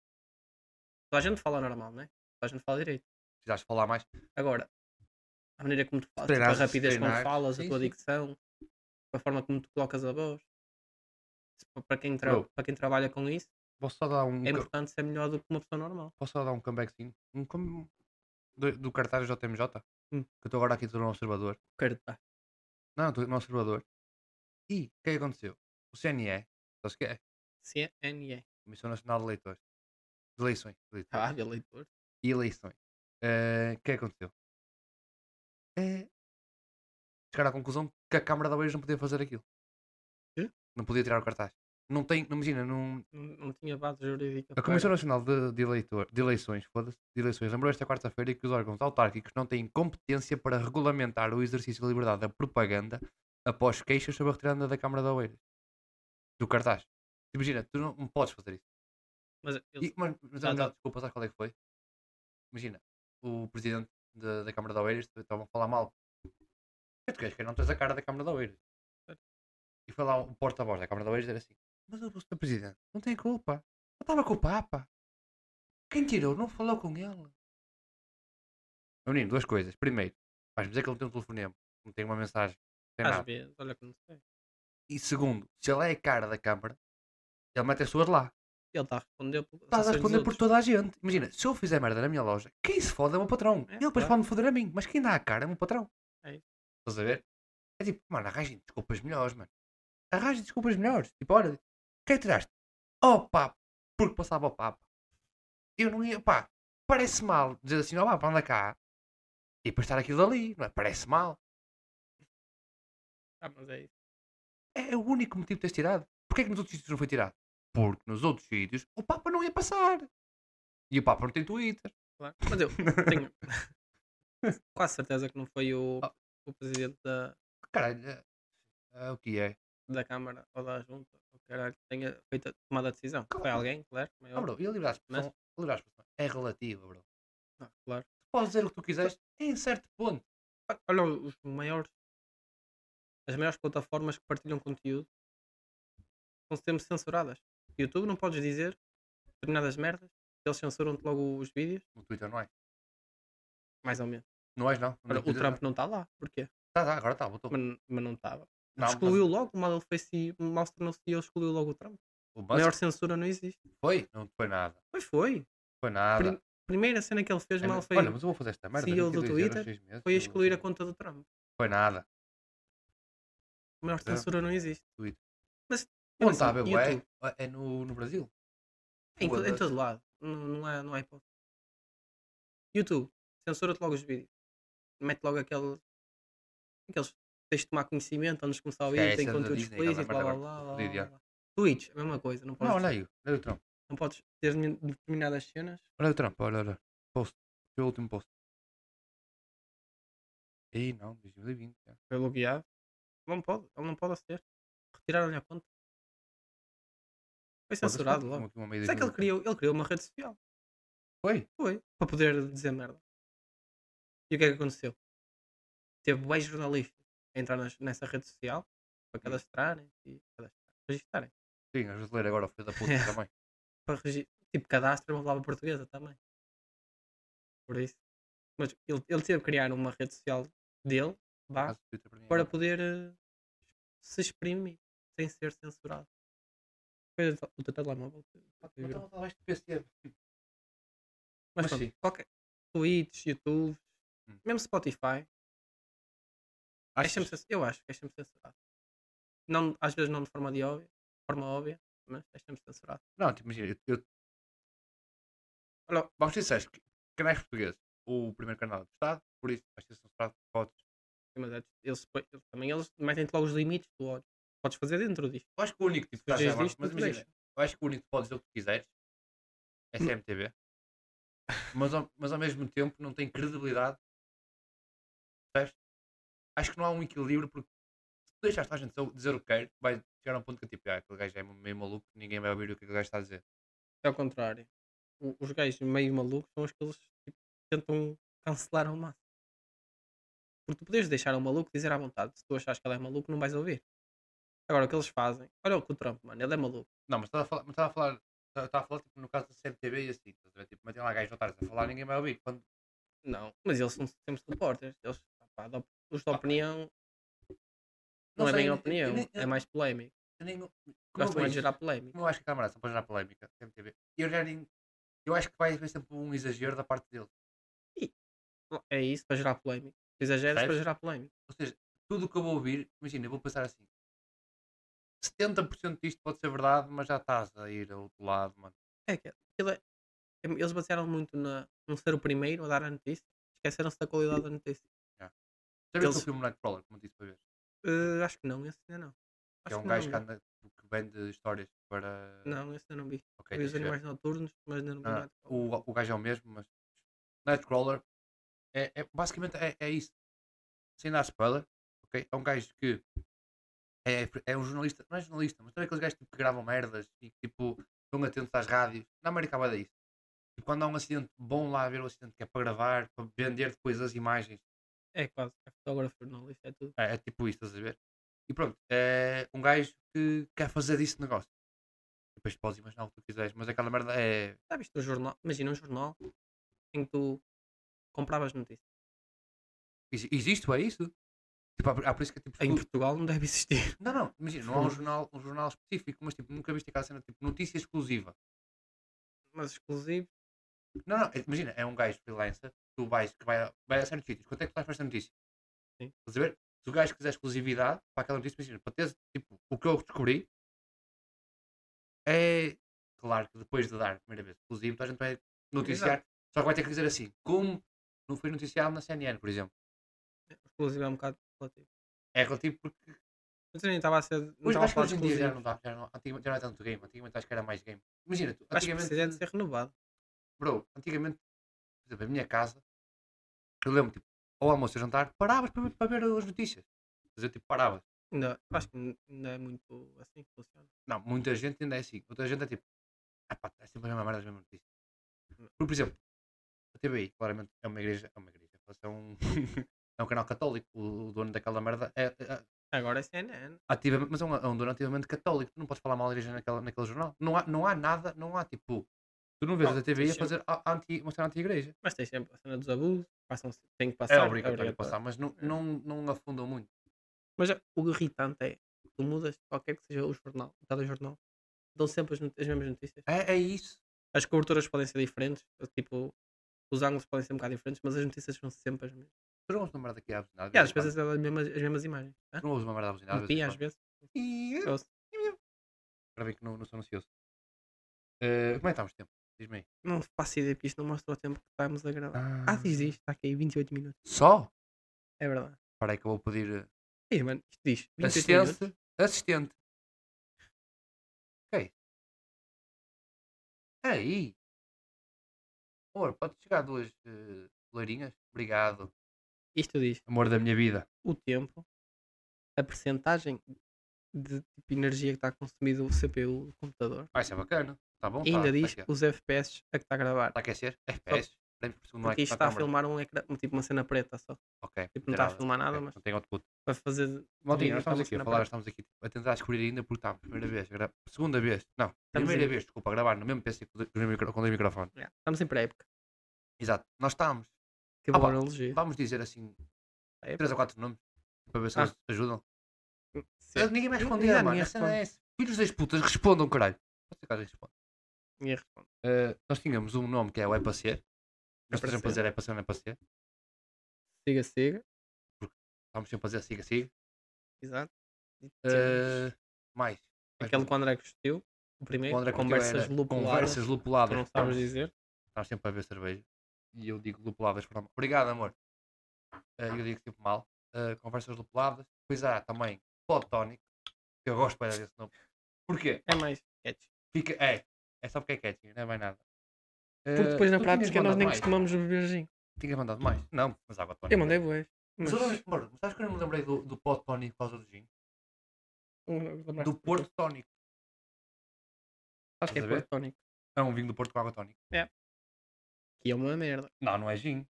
Toda a gente fala normal, não é? Toda a gente fala direito.
Precisaste falar mais.
Agora, a maneira como tu falas, tipo, a
Treinares,
rapidez como
treinares.
falas,
Sim,
a tua
sim.
dicção, a forma como tu colocas a voz. Se pa- Para quem, tra-
Bro.
para quem trabalha com isso,
Posso só dar um,
é
ca-
importante ser melhor do que uma pessoa normal.
posso só dar um comebackzinho? Um come- do, do cartaz do JMJ?
Hum.
Que eu estou agora aqui estou no observador.
Carta.
Não, estou no observador. E o que é que aconteceu? O CNE, sabes o que é?
CNE.
Comissão Nacional de Eleitores. De eleições. de eleições.
Ah, de leitor.
E eleições. Eh, O que é que aconteceu? Eh, chegaram à conclusão que a Câmara de Oeiras não podia fazer aquilo.
Quê?
Não podia tirar o cartaz. Não tem, não imagina, não...
Não, não tinha base jurídica.
a
para-
Comissão Nacional de, de, Eleitor, de Eleições, foda-se, de eleições lembrou esta quarta-feira que os órgãos autárquicos não têm competência para regulamentar o exercício da liberdade da propaganda após queixas sobre a retirada da Câmara de Oeiras. Do cartaz. Imagina, tu não- não podes fazer isso.
Mas
E,
eles-
mas, mas
Dá,
a melhor
dá.
desculpa, sabes qual é que foi? Imagina, o presidente da, da Câmara de Oeiras estava a falar mal. Mas tu queres que não tens a cara da Câmara de Oeiras?
Certo.
E foi lá o porta-voz da Câmara de Oeiras e era assim: Mas o Sr. Presidente não tem culpa. Não estava com o Papa. Quem tirou não falou com ele. Meu menino, duas coisas. Primeiro, vais-me dizer que ele não tem um telefonema, não tem uma mensagem, não tem
às
nada.
vezes, olha que não sei.
E segundo, se ele é a cara da Câmara, ele mete as suas lá.
Ele está a responder por.
Estás a
ações dos
responder por
outros.
toda a gente. Imagina, se eu fizer merda na minha loja, quem se fode é o meu
É,
patrão. Ele depois
claro.
pode-me foder a mim, mas quem dá a cara é o meu patrão.
É isso.
Estás a ver? É tipo, mano, arranjem desculpas melhores, mano. Arranjem desculpas melhores. Tipo, olha, o que é que tiraste? Oh, pá, porque passava o papo. Eu não ia, pá, parece mal dizer assim, ó, pá, anda cá. E depois estar aquilo ali, não é? Parece mal.
Ah, mas é isso.
É o único motivo de teres tirado. Porquê é que nos outros sítios não foi tirado? Porque nos outros sítios o Papa não ia passar. E o Papa não tem Twitter.
Claro. Mas eu tenho quase certeza que não foi o,
Ah.
o presidente da,
Caralho, é- é o que é?
da Câmara ou da Junta, ou caralho, que tenha feito a tomada a decisão. que Foi
Claro.
alguém, claro,
Ah,
maior.
bro, e a liberdade de
Mas-
expressão, a liberdade de expressão é relativa, bro. Tu
Ah, claro.
podes dizer o que tu quiseres em certo ponto.
Ah, Olha, os maiores, as maiores plataformas que partilham conteúdo são sempre censuradas. YouTube não podes dizer determinadas merdas, eles censuram-te logo os vídeos,
No Twitter não é.
mais ou menos.
Não és, não. No
Olha, o
Twitter
Trump não está lá, porquê?
Tá, tá, agora está, botou.
Mas, mas não estava.
Não,
Excluiu logo, mal ele fez se mal se tornou-se e ele excluiu logo o Trump.
mas O Musk
maior censura não existe.
foi? Não foi nada.
Pois foi.
Foi nada. É
Prim- primeira cena que ele fez mal foi,
Olha, mas eu vou fazer esta merda.
CEO do
22 euros,
Twitter
seis meses,
foi
eu-
excluir a conta do Trump.
Foi nada.
A maior
Zero.
censura não existe.
Twitter.
Mas
Onde
mas,
está a
assim,
Bebué?
YouTube,
É no, no Brasil.
Em, to- em
Foda-se.
todo lado. Não, não, há, não há hipótese. YouTube, censura-te logo os vídeos. Mete logo aquele. Aqueles tens de tomar conhecimento antes de começar o
É,
vídeo,
essa
tem
da
conteúdo
Disney, aquela
explícito, blá blá
merda
blá. blá,
de
blá,
diabo.
blá. Twitch, é a mesma coisa, não podes,
Não, olha aí. Olha o Trump.
não podes ter determinadas cenas.
Olha o Trump. Olha, olha. Post. Foi o último post. Ei, não. 2020. já.
Foi bloqueado. Não pode, ele não pode aceder. Retiraram-lhe a conta. Foi
Foda-se,
censurado
como- é
logo.
como uma meia
Será que ele
2020.
criou, ele criou uma rede social?
Foi.
Foi. Para poder dizer merda. E o que é que aconteceu? Teve mais jornalistas a entrar nas- nessa rede social
Hum.
para cadastrarem e cadastrar, registarem.
Sim, a brasileira agora foi da puta
É.
também.
Para regi- tipo, cadastro é uma palavra portuguesa também. Por isso. Mas ele, ele teve que criar uma rede social dele, vá,
Caso do Twitter mim é
para
nada.
poder eh, se exprimir sem ser censurado. Foi o te- o teu telemóvel. que- que
Então,
virou.
lá vais de PC.
Mas
mas
pronto,
sim.
qualquer. Twitch, YouTube,
Hum.
mesmo Spotify. É sempre
Achas?
cens- eu acho que é sempre censurado. Não, às vezes não de forma, de óbvia, forma óbvia, mas é sempre censurado.
Não, tipo, imagina, eu- eu.
Olha,
Vamos ser sérios, que- canais portugueses. O primeiro canal do Estado, por isso, vai ser censurado por fotos.
Mas é- eles, põem- eles também eles metem-te logo os limites do ódio. Podes fazer dentro disto.
Eu acho que o único tipo que
Fugires
estás agora,
disto,
mas
tu
imagina,
deixa.
eu acho que o único que podes dizer o que quiseres
Hum.
é CMTV. Mas ao, mas ao mesmo tempo não tem credibilidade. Percebes? Acho que não há um equilíbrio porque se tu deixaste a gente dizer o que quer, vai chegar a um ponto que é tipo, ah, aquele gajo é meio maluco, ninguém vai ouvir o que aquele gajo está a dizer.
É ao contrário. O- os gajos meio malucos são os que eles tipo, tentam cancelar ao máximo. Porque tu podes deixar um maluco dizer à vontade. Se tu achas que ele é maluco, não vais ouvir. Agora, o que eles fazem... Olha o que o Trump, mano. Ele é maluco.
Não, mas estava a falar, mas estava a falar, estava- estava a falar tipo, no caso da CMTV e assim, estás a ver? Tipo, metem lá gajos otários a falar, ninguém vai ouvir. Quando,
Não. Mas eles são sempre repórteres. Eles, pá, de op- os de
Ah,
opinião não, é
sei,
bem
eu- eu
opinião.
nem- eu-
é mais polémico.
eu nem- como eu
Gostam mais de
vejo-
gerar polémica.
Não acho que a Câmara só para gerar polémica. CMTV. Eu já nem. Eu acho que vai haver sempre um exagero da parte dele.
É isso, para gerar polémica. Tu exageras para
Percebes?
gerar polémica.
Ou seja, tudo o que eu vou ouvir, imagina, eu vou pensar assim: 70% disto pode ser verdade, mas já estás a ir ao outro lado, mano.
É que aquilo é- eles basearam muito na, no ser o primeiro a dar a notícia. Esqueceram-se da qualidade da notícia.
Já viste
Eles-
o filme Nightcrawler, como disse para ver?
Eh, acho que não, esse ainda não.
Que é
Acho
um
que
gajo que
não, vi.
anda que vende histórias para.
Não, esse ainda não vi.
Ok,
vi os
deixa eu ver.
animais noturnos, mas ainda não vi
Não, não,
nada.
O, o gajo é o mesmo, mas Nightcrawler é, é- basicamente é, é isso. Sem dar spoiler, ok? É um gajo que é, é um jornalista, não é jornalista, mas também aqueles gajos tipo, que gravam merdas e que tipo estão atentos às rádios. Na América vai dar isso. E quando há um acidente, bom lá ver o acidente que é para gravar, para vender depois as imagens.
É quase, é fotógrafo, jornalista, é tudo.
É, é tipo isto, estás a ver? E pronto, é um gajo que quer fazer disso negócio. Depois podes imaginar o que tu quiseres, mas aquela merda é.
Já viste um jornal? Imagina um jornal em que tu compravas notícias.
Ex- Existe, é isso? Tipo, há, há por isso que é tipo.
Em
escu-
Portugal não deve existir.
Não, não, imagina, não há um
Fogo.
jornal, um jornal específico, mas tipo, nunca viste aquela cena tipo notícia exclusiva.
Mas exclusivo,
Não, não, é- imagina, é um gajo freelancer, tu vais, que vai, a- vai a certos sítios, quanto é que tu vais para esta notícia?
Sim.
Estás a ver? Se o gajo quiser exclusividade para aquela notícia, imagina, para teres, tipo, o que eu descobri é, claro que depois de dar a primeira vez exclusivo, toda a gente vai noticiar, só que vai ter que dizer assim, como não foi noticiado na CNN, por exemplo.
exclusivo é um bocado relativo.
É relativo porque
Mas eu nem estava a ser. Não estava
Pois,
a
mas que
falar de
hoje em dia já
exclusivo.
não dá, já não, antigamente já não é tanto game, antigamente acho que era mais game. Imagina, tu,
Acho que precisa de
antigamente,
ser renovado.
bro, antigamente, por exemplo, a minha casa, eu lembro, tipo, ao almoço e ao jantar, paravas para, ver- para ver as notícias. Quer dizer, tipo, paravas.
Ainda, acho que ainda é muito assim que funciona.
Não, muita gente ainda é assim. Outra gente é tipo, ah pá, é sempre a mesma merda, as mesmas notícias. Porque, por exemplo, a TVI, claramente, é uma igreja, é uma igreja, é um, é um canal católico, o, o dono daquela merda é, é-
Agora é CNN.
ativamente, mas é um, é um dono ativamente católico, tu não podes falar mal da igreja naquela, naquele jornal. Não há, não há nada, não há tipo. Tu não vês
Não,
a TV a
deixa-
fazer a- anti, uma cena anti-igreja.
Mas tem sempre a cena dos abusos. Passam, tem que passar.
É obrigatório passar, mas não,
É.
não, não afundam muito.
Mas é- o irritante é, tu mudas qualquer que seja o jornal, o telejornal, dão sempre as, not- as mesmas notícias.
É, é isso.
As coberturas podem ser diferentes, tipo, Os ângulos podem ser um bocado diferentes, mas as notícias são sempre as mesmas.
Tu não ouves uma merda aqui à buzinada? de
E
vez
às
em quando?
vezes é as mesmas, as mesmas imagens. Hã?
Tu não ouves uma merda à buzinada?
Um pi às vezes.
vezes?
Eu ouço.
Para ver que não, não sou ansioso. Eh, como é que estamos de tempo? Diz-me aí.
Não faço ideia, porque isto não mostra o tempo que estamos a gravar.
Ah,
Ah, diz isto, está aqui 28 minutos.
Só?
É verdade.
Espera aí que eu vou pedir... eh,
Ei, mano, isto diz 28 minutos.
Assistente. Assistente. Ok. Aí. Amor, pode chegar duas eh, loirinhas? Obrigado.
Isto diz
Amor da minha vida.
o tempo, a percentagem de tipo, energia que está consumido o CPU do computador.
Vai ser bacana. Tá bom?
E ainda
tá,
diz
Tá aqui.
os FPS a que está a gravar.
Tá a aquecer? FPS. Frames por segundo não é
Porque
que
isto está a filmar um ecrã, um, tipo uma cena preta só.
Ok.
tipo, não está a
grava.
filmar nada,
Ok,
mas-
Não tem output.
Para fazer.
Maltinho,
está
nós estamos
uma
aqui a
cena
falar,
preta.
estamos aqui a tentar descobrir ainda porque está a primeira vez. a gra- Segunda vez. Não, primeira
em-
vez, desculpa, a gravar no mesmo PC com dois micro- com dois microfones.
Yeah, Estamos em pré-época.
Exato. Nós estamos.
Que
Ah,
boa
pá,
analogia.
Vamos dizer assim,
É,
três ou quatro nomes para ver se
Ah.
eles ajudam.
Sim.
Eu- Ninguém
Ninguém-
vai responder,
ninguém
mano. A cena
responde.
é essa. Filhos das putas, respondam, caralho. Você cara responde.
Ninguém responde.
é Eh, nós tínhamos um nome que é o É para Ser.
É
Nós
para
estamos sempre a
Ser.
dizer É para Ser, não é para Ser.
Siga, siga.
Estamos sempre a dizer siga, siga.
Exato. E temos
Eh, mais. Mais
Aquele
um.
que o André Costil, o primeiro,
O André Coutinho
conversas
era
lupuladas,
Conversas
tu
lupuladas.
não sabes dizer.
Estás sempre a ver cerveja. E eu digo lupuladas por amor. Obrigado, amor. Eh, eu digo sempre mal. Eh, conversas lupuladas. Pois há também Platónico. Que eu gosto para desse nome. Porquê?
É mais catchy.
Fica, é. É só porque é catchy, não é mais nada.
Porque
Eh,
depois na
tu tinhas
prática nós
mandado
nem
mais?
costumamos beber gin.
Tinha mandado mais? Não, mas água tónica.
Eu mandei boas.
Mas, eu lembro- mano, mas sabes que eu não me lembrei do, do pó tónico por causa do gin?
um
Do Porto Tónico.
Acho que é
Estás a ver?
Porto Tónico.
É um vinho do Porto com água tónica.
Que é uma merda.
Não, não é gin.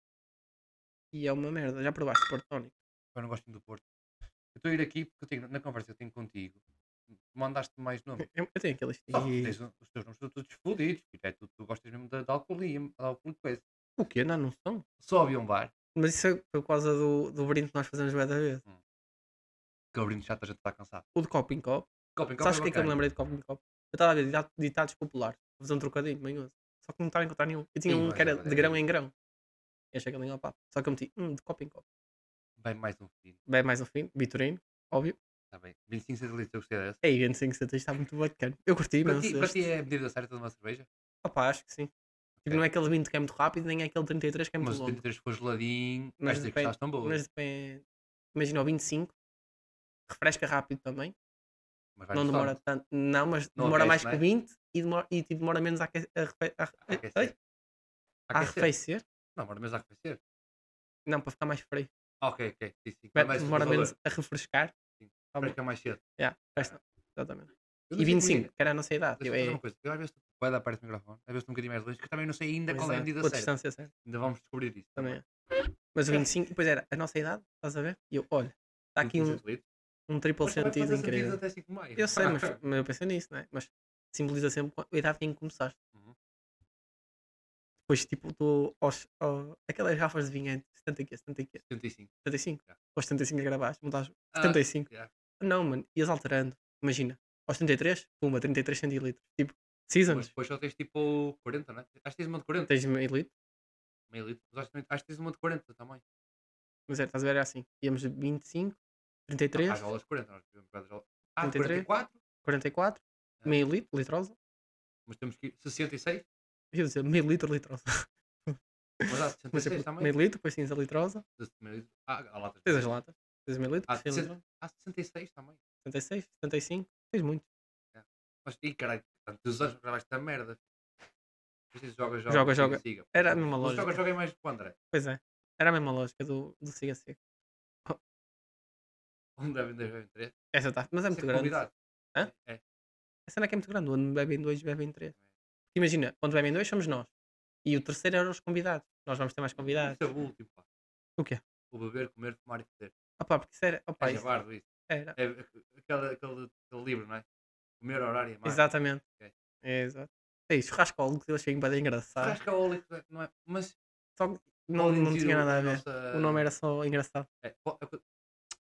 E é uma merda. Já provaste Porto Tónico?
Eu não gosto de do Porto. Eu estou a ir aqui porque eu tenho, na conversa que eu tenho contigo. Tu mandaste mais nomes.
Eu, eu tenho aquele
Só que tu
estilo.
tens o- os teus nomes estão todos fodidos. porque é, Tu, tu gostas mesmo da, da alcoolia, da alcool e coisa.
O quê? Não, não são.
Só havia um bar,
Mas isso é por causa do, do brinde que nós fazemos bué da vez.
que abrindo chato a gente está cansado.
O de Coping Cop.
Copa em copa
Sabes o que é que eu me
bacana.
lembrei de Copo em Copo? Eu estava a ver dita- ditados populares, vou fazer um trocadinho manhoso. Só que não estava a encontrar nenhum. Eu tinha
Ih,
um
mas
que era
agora
de
é
grão
isso.
em grão. Eu achei que ele papo. Só que eu meti um de copo em copo.
Bem, mais um fino.
Bem, mais um fim, Vitorino, óbvio.
Está bem. 25 centilitros, eu gostei dessa.
É aí, 25 centímetros, está muito bacana. Eu curti
Para
imenso.
ti-
este.
para ti é a medida certa de uma cerveja?
Opa, acho que sim. Tipo,
Ok.
não é aquele 20 que é muito rápido, nem é aquele 33 que é muito
Mas o
longo.
33 foi geladinho,
Mas
esta que
depende-
estás tão boa.
Mas depende. Imagina o 25. Refresca rápido também.
Mas vai
não
no
demora
restaurante.
tanto. Não, mas
Não
demora mais que
aquece, não é?
o 20 e demora, e tipo, demora menos a, aque- a, refe- a,
Há que
a,
aquecer. Há que
a
aquecer.
arrefecer.
Não, demora mesmo a arrefecer.
Não, para ficar mais frio.
Ah, ok, ok. Sim, sim.
Mas
Começa o
demora
calor.
menos a refrescar.
Sim.
Tá bom.
Fresca mais cedo.
Yeah, fresca. Exatamente.
Ah. Eu
E
não sei,
25,
imagina,
que era a nossa idade.
Deixa
Eu,
eu fazer
é,
um uma coisa. Eu às vezes vai dar perto do microfone, às vezes um bocadinho mais longe, que eu também não sei ainda qual é a
exato,
medida
com a
certa.
distância certa.
Ainda vamos descobrir isso.
Também é. Mas o 25, depois era a nossa idade, estás a ver? E eu, olha, está aqui um, um triplo sentido incrível. Eu sei,
Ah,
mas, mas eu pensei nisso, não é? Mas simboliza sempre a idade em que começaste.
Uhum.
Depois, tipo, tu aos, ao- aquelas garrafas de vinho é de 70 aqui, 70 aqui,
75.
75.
Yeah.
Aos 75 gravaste, mudaste
Ah,
75.
yeah.
Não, mano, ias alterando. Imagina, aos 33, puma, 33 centilitros. Tipo,
Mas
seasons,
depois só tens tipo 40, não é? Acho que tens uma de 40.
tens meio litro,
Meio litro. Mas acho que- acho que tens uma de 40 também.
mas era, estás a ver, era assim. Íamos de 25, 33,
Não, Às aulas 40. Nós tivemos várias aulas. Ah,
33.
44.
44,
Ah.
meio litro, litrosa.
Mas temos que ir 66.
Eu ia dizer meio litro, litrosa.
Mas há
Mas
66
é
também.
meio litro, depois tens a litrosa,
de meio- Ah, há latas.
tens as latas, tens meio litro,
Há
depois tens a litrosa,
66 também.
76, 75, tens muito.
Mas, e caralho, tanto dos anos para gravar esta merda. Depois dizes, joga, joga.
Joga,
siga,
joga.
siga.
Era a mesma
Mas Joga,
lógica.
joga é mais com o André.
Pois é, era a mesma lógica do, do Siga Seco.
O André vem 2, vem 3.
Essa tá, mas é muito grande. Hã?
É.
A cena é que é muito grande, onde bebem dois, bebem três. Porque imagina, quando bebem dois somos nós. E o terceiro eram os convidados. Nós vamos ter mais convidados.
Isso é o último, pá.
O quê?
O beber, comer, fumar e foder.
Opa, porque isso era. Opa,
É
isso
jabardo isso.
era.
É aquele, aquele, aquele livro, não é? Comer, horário e mais.
Exatamente.
Ok.
É, exato. É isso, churrascólogo que eu achei bem engraçado.
Acho que é o Oli, não é? Mas
Só que não,
podem
não
dizer
tinha
o-
nada a ver.
nossa-
O nome era só engraçado.
É, po- é co-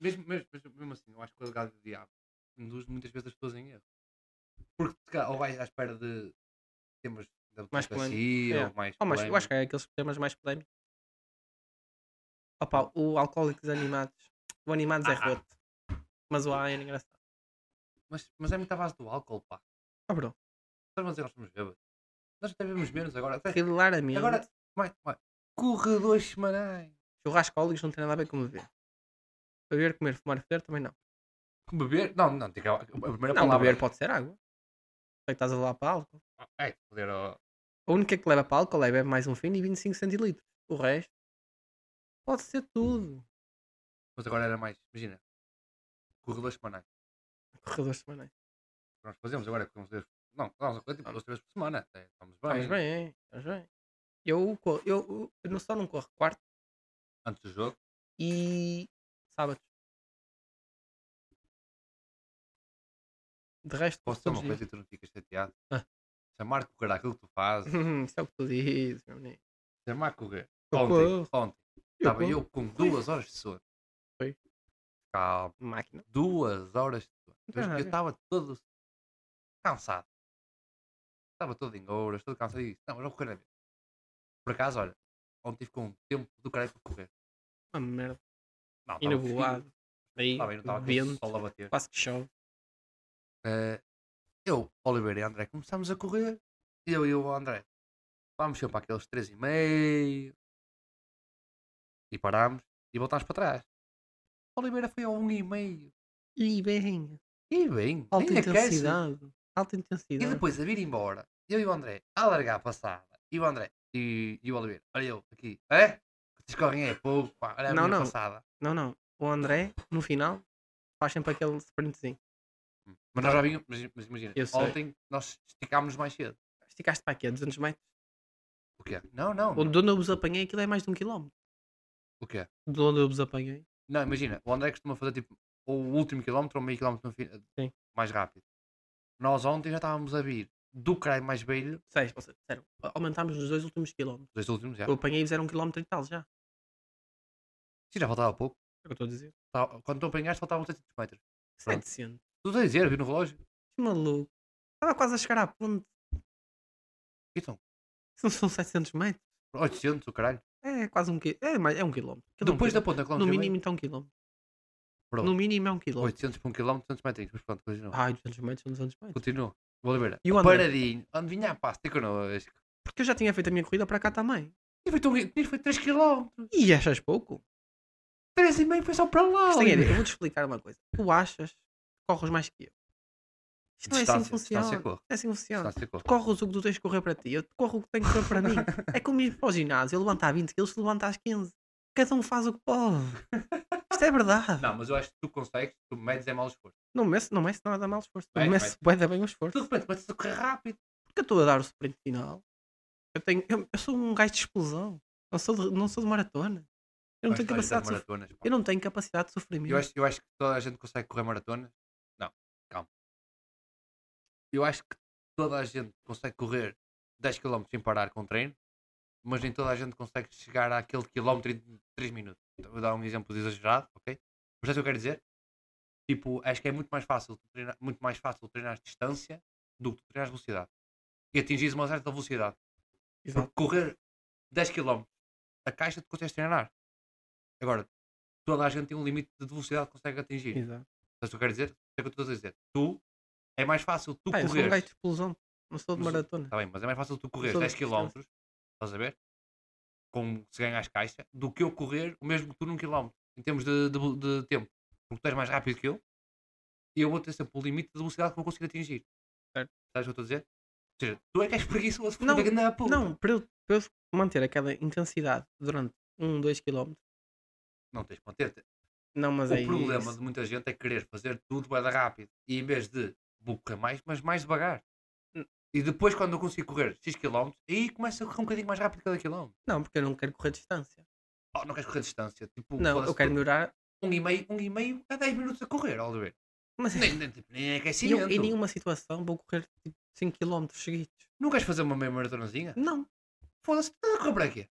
mesmo, mesmo, mesmo- mesmo assim, eu acho que o legado do diabo induz muitas vezes as pessoas em erro. Porque se calhar, ou vais à espera de temas da
Mais plano,
democracia
é.
ou mais.
Oh, mas eu acho
polémica.
que é aqueles temas mais polémicos. Opa, o Alcoólicos Animados. O Animados é
Ah.
roto. Mas o A é engraçado.
mas, mas é muito à base do álcool, pá.
Ah, bro,
Estás a dizer que nós somos bêbados. Nós até bebemos menos agora. Até,
claramente.
agora, mãe, mãe, corredores semanais.
Churrascólogos não tem nada a ver com beber. Beber, comer, fumar, foder também não.
Beber? Não, não, tem que- a primeira
não,
palavra.
beber pode ser água. Só que estás a levar para álcool.
É, poder, ó.
A única que leva para álcool é bebe mais um fino e 25 centilitros. O resto pode ser tudo.
Mas agora era mais, imagina. Corredores semanais.
Corredores semanais.
O que Nós fazemos agora com duas. Não, nós tipo, duas, três vezes por semana. até. Estamos bem.
Tá Estamos bem, hein? estamos bem. Eu, corro- eu, eu, eu não só não corro quarto
Antes do jogo.
e sábado. De resto,
Posso dizer
corro todos
é uma
os
coisa e tu não ficas chateado?
Ah.
Chamar de correr aquilo que tu
dias.
fazes.
Isso é o que tu dizes, meu menino. Tá
Chamar a correr.
Eu
Ontem,
corro.
ontem.
Eu
Estava
corro.
eu com duas horas de sono.
Foi.
Calma.
Máquina.
duas horas de sono.
Não tem
Então,
nada a
eu
ver.
estava todo cansado. Estava todo em ouras, todo cansado. E disse, não, mas vou correr na mesma. Por acaso, olha, ontem tive com um tempo do caralho para correr.
Uma merda.
Não,
E
tava
nevoado. Aí,
frio, Tava, aí, não estava com o
vento.
sol a bater.
Quase que chove.
Eh, eu, Oliveira e André começámos a correr. Eu e o André. Vamos sempre àqueles três e meio. E parámos e voltámos para trás. Oliveira foi ao um e meio.
E bem.
E bem,
Alta
nem aquece.
intensidade. né? Alta intensidade.
E depois a vir embora, eu e o André a largar a passada. E o André e, e o Oliveira, olha eu aqui, é? Que Vocês correm é pouco, pá, olha a
Não,
minha
não.
passada.
Não, não. O André, no final, faz sempre aquele sprintzinho.
Mas nós já vimos, mas, mas imagina,
Eu sei.
ontem nós esticámos mais cedo.
Esticaste para aqui a 200 metros.
O quê? Não, não. não.
Onde onde eu vos apanhei, aquilo é mais de um quilómetro.
O quê?
De onde eu vos apanhei.
Não, imagina, o André costuma fazer tipo ou o último quilómetro ou meio quilómetro no fim,
Sim.
mais rápido. Nós ontem já estávamos a vir do caralho mais velho,
Seis, vocês disseram. Aumentámos nos dois últimos quilómetros.
os dois últimos já.
Eu apanhei-vos era um quilómetro e tal já. É
Sim, já faltava pouco.
o que eu estou a dizer.
Tava- Quando tu apanhaste, faltavam 700 metros. Pronto.
700.
Tudo a dizer, vi no relógio.
Que maluco. Estava quase a chegar à ponte.
E são
Isso não são 700 metros.
800, o caralho.
É quase um quilómetro. É, mais- é um quilómetro. Aquilo é um
Depois da
quilómetro.
ponta,
No
quilómetro e meio.
mínimo, então, um quilómetro.
Pronto.
No mínimo, é um quilómetro.
800 por um quilómetro, 200 metros. Mas pronto, continua.
Ai, 200 metros são 200 metros.
Continua. O Oliveira.
Ah. E o André?
Paradinho. Onde vinha a tipo, pasta tem connosco.
Porque eu já tinha feito a minha corrida para cá também.
é E foi, tão... e foi 3 quilómetros.
E achas pouco?
3 e meio foi só para lá.
Sem ideia,
Oliveira.
eu vou-te explicar uma coisa. Tu achas que corres mais que eu. Isto não é assim que
Distância,
funciona.
distância
Não
corre.
é assim que funciona.
Distância corre.
Tu corres o que tu tens que correr para ti, eu corro o que tenho que correr para mim. É como ir para o ginásio, eu levanto a 20 kg, tu levantas às 15. Cada um faz o que pode. Isto é verdade.
Não, mas eu acho que tu consegues, tu medes é mau esforço.
Não meço, não meço nada mal esforço. Não
Vai,
meço bué da bem o esforço.
Tu de repente começas a correr rápido.
Porque eu estou a dar o sprint final. Eu, tenho, eu, eu sou um gajo de explosão. Não sou de, não sou de maratona. Eu não
Mas
tenho
olha, das
capacidade de sofrer.
maratonas. pá.
Eu não tenho capacidade de sofrimento.
Eu acho, eu acho que toda a gente consegue correr maratonas. Não, calma. Eu acho que toda a gente consegue correr 10 km sem parar com treino, mas nem toda a gente consegue chegar àquele quilómetro em 3 minutos. Então, Vou dar um exemplo de exagerado, ok? Mas é o que eu quero dizer? Tipo, acho que é muito mais fácil tu treinar, muito mais fácil treinar distância do que tu treinar velocidade. E atingires uma certa velocidade.
Exato.
Porque Tipo, correr 10 km a caixa tu consegues treinar. Agora, toda a gente tem um limite de velocidade que consegue atingir.
Exato.
Sabes o que eu quero dizer? É o que eu estou a dizer. Tu, é mais fácil tu
Pá, eu sou um gajo
correr.
de explosão. Não sou de
Mas-
maratona.
Está bem, mas é mais fácil tu correr
sou um de
10 km, estás a ver? Com se ganha as caixas, do que eu correr o mesmo que tu num quilómetro, em termos de, de- de tempo. Porque tu és mais rápido que eu e eu vou ter sempre o limite de velocidade que vou conseguir atingir.
Certo.
Sabes o que eu estou a dizer? Ou seja, tu é que és preguiçoso,
Não,
filho da grande puta.
Não, para eu, para eu manter aquela intensidade durante 1, 2 km.
Não tens contente.
Não, mas é
O problema
isso.
de muita gente é querer fazer tudo bem rápido e em vez de vou correr mais, mas mais devagar. E depois, quando eu consigo correr X quilómetros, aí começa a correr um bocadinho mais rápido cada quilómetro.
Não, porque eu não quero correr distância.
Oh, não queres correr distância? Tipo,
Não,
foda-se,
eu quero
tu-
melhorar.
um e meio, um e meio a 10 minutos a correr, Oliver.
Mas
Nem, nem, tipo, nem é
e eu,
aquecimento.
em nenhuma situação vou correr tipo, 5 km seguidos.
Não queres fazer uma meia maratonazinha?
Não.
Foda-se, estás a correr para quê?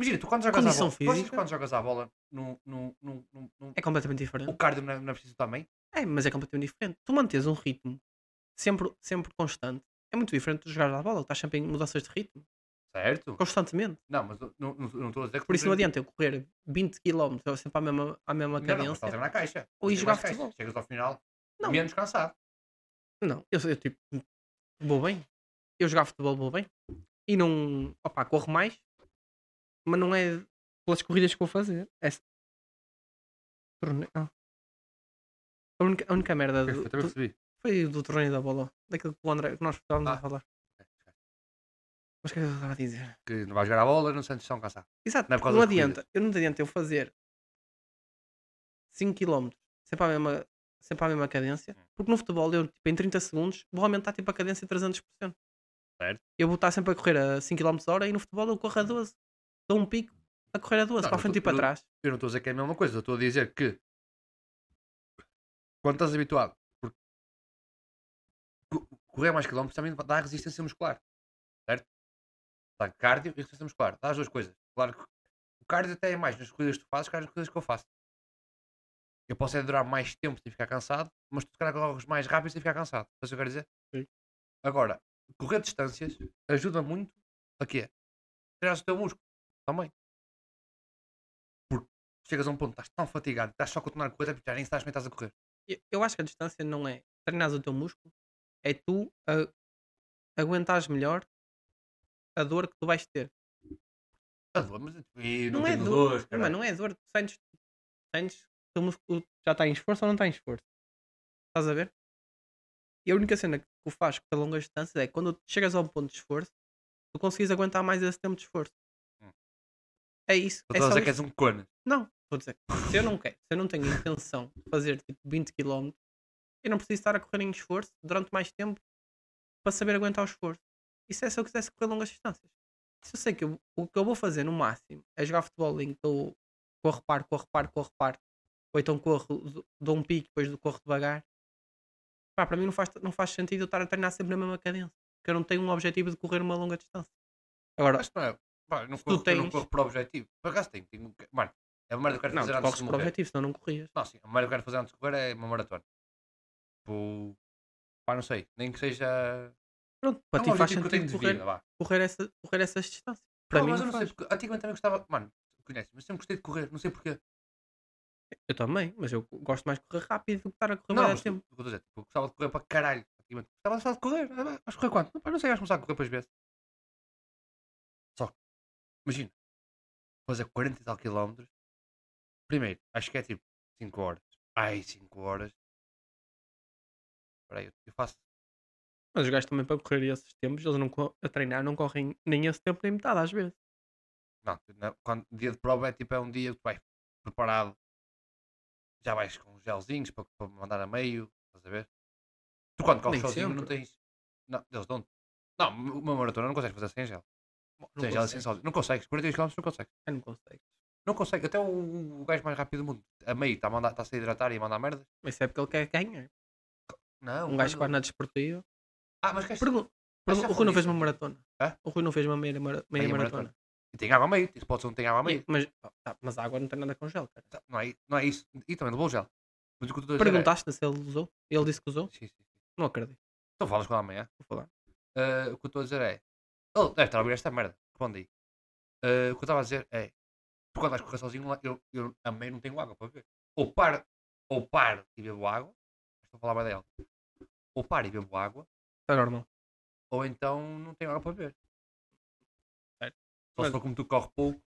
Imagina, tu quando jogas
Condição
a bola, tu achas que
física.
quando jogas a bola, num, num, num, num, num-
É completamente
o
diferente.
cardio não é, não é preciso também?
É, mas é completamente diferente. Tu mantes um ritmo sempre, sempre constante. É muito diferente de jogar à bola, que estás sempre em mudanças de ritmo,
Certo?
constantemente.
Não, mas eu não não- não estou a dizer que.
Por isso não
não
adianta eu correr 20 km ou sempre à mesma, à mesma
Não, não, mas estás
cadência.
a ver na caixa.
Ou ir
Tem
jogar
mais caixa.
futebol.
Chegas ao final,
Não.
menos cansado.
Não, eu, eu tipo, vou bem. Eu jogar futebol vou bem. E não, opá, corro mais. Mas não é pelas corridas que vou fazer. É... se- Torne... ah. A, única, a única merda do,
Eu também
do-
percebi.
foi do torneio da bola. Daquilo que o André, que nós estávamos
Ah.
a falar. Mas o que é que eu estava a dizer?
Que não vais jogar a bola, não sentes tão cansado.
Exato,
Não é por
não,
causa das
adianta. Eu não adianta eu fazer 5 km sempre à mesma, sempre à mesma
Hum.
cadência. Porque no futebol eu, tipo, em 30 segundos, vou aumentar tipo, a cadência em 300%.
Certo. Hum.
Eu vou estar sempre a correr a 5 km hora e no futebol eu corro a 12. Dou um pico a correr a 12,
Não,
para
eu
a frente
tô-
e para
eu-
trás.
Eu não estou a dizer que é a mesma coisa, eu estou a dizer que quando estás habituado, porque co- correr mais quilómetros também dá resistência muscular, certo? Dá cardio e resistência muscular, dá as duas coisas. Claro que o cardio até é mais nas corridas que tu fazes, que nas corridas que eu faço. Eu posso é durar mais tempo sem ficar cansado, mas tu se calhar corres mais rápido sem ficar cansado. Estás a ver o que eu quero dizer?
Sim.
Agora, correr distâncias ajuda muito a quê? Treinar o teu músculo também chegas a um ponto, estás tão fatigado, estás só a continuar a correr, porque tipo, já nem sabes como é estás a correr.
Eu, eu acho que a distância não é treinar o teu músculo, é tu a, aguentares melhor a dor que tu vais ter.
Ah, dor, mas e
Não, é dor, mas não é dor, tu sentes, sentes que o músculo já está em esforço ou não está em esforço. Estás a ver? E a única cena que tu faz para longas distâncias é que quando chegas a um ponto de esforço, tu consegues aguentar mais esse tempo de esforço.
Hum.
É isso. É
Estou
só
a dizer que
isso.
és um cone.
Não, vou dizer. Se eu não quero, se eu não tenho intenção de fazer tipo 20 km, eu não preciso estar a correr em esforço durante mais tempo para saber aguentar o esforço. Isso é se eu quisesse correr longas distâncias. Se eu sei que eu- o que eu vou fazer no máximo é jogar futebol em que eu corro, paro, corro, paro, corro, paro, ou então corro, dou- dou um pique, depois do corro devagar, pá, para mim não faz, não faz sentido eu estar a treinar sempre na mesma cadência, porque eu não tenho um objetivo de correr uma longa distância. Agora,
Mas não é. Pá, eu não,
tu
corro, eu não
tens-
corro para o objetivo. Por acaso tenho. tenho... Mano, é uma merda que eu quero
não,
fazer
tu
antes
corres
de
para o
morrer.
objetivo, senão não corrias.
Não, sim, a merda que eu quero fazer antes de correr é uma maratona. Tipo. Pá, não sei. Nem que seja.
Pronto,
É
para
um
ti faz
objetivo que eu tenho
sentido
de
correr,
vida, vá.
correr, essa, correr essas distâncias. Para
Não,
mim,
mas eu
não
não sei
faz.
porque. Antigamente também gostava. Mano, conheces, mas sempre gostei de correr, não sei porquê.
eu também, mas eu gosto mais de correr rápido do que estar a correr
Não,
mais
mas,
a tempo.
tipo, o que eu estou a dizer, tipo, eu gostava de correr para caralho. Antigamente gostava só de correr. Ah, Mas correr quanto? Não, pá, não sei, vais começar a correr para as vezes. Só que, imagina, fazer 40 e tal quilómetros. Primeiro, acho que é tipo 5 horas. Ai, 5 horas. Espera aí, eu- eu faço.
Mas os gajos também para correr esses tempos, eles não co- a treinar não correm nem esse tempo nem metade às vezes.
Não, na- quando, dia de prova é tipo é um dia que tu vais preparado. Já vais com gelzinhos para, para mandar a meio. Estás a ver? Tu quando corres
Nem
sozinho não
sempre.
tens. Não, eles dão Não, uma maratona não consegues fazer sem gel. Sem gel, sem sódio. Não consegues. 42 km não consegues.
Eu não consigo.
Não consegue. Até o, o gajo mais rápido do mundo. A meio está a, mandar- está a se hidratar e a mandar merda.
Mas isso é porque ele quer ganhar.
Não.
Um gajo que vai
quando-
na desportiva.
Ah, mas gajo.
Pergun- pergun-
já
o Rui não
falei
fez uma maratona.
Hã?
O Rui não fez uma meia, mara- meia
Meia
maratona.
E tem água a meio. Isso pode ser não tem água a meio.
E- mas, ah, tá, mas a água não tem nada com gel, cara.
Tá, Não, é, não é isso. E também levou gel. Mas o que eu estou a dizer é-
Perguntaste se ele usou. Ele disse que usou.
Sim, sim.
Não acredito.
Então falas com ela amanhã.
Vou falar.
Ah, o que eu estou a dizer é. Ele deve estar a ouvir esta merda. Responde aí. Ah, o que eu estava a dizer é. Tu quando vais correr sozinho, lá- eu, eu a meio não tenho água para beber. Ou paro, ou paro e bebo água. Estou a falar bem dela. Ou paro e bebo água.
Está Tá normal.
ou então não tem água para beber.
Certo.
Só se
Mas-
for como tu corre pouco,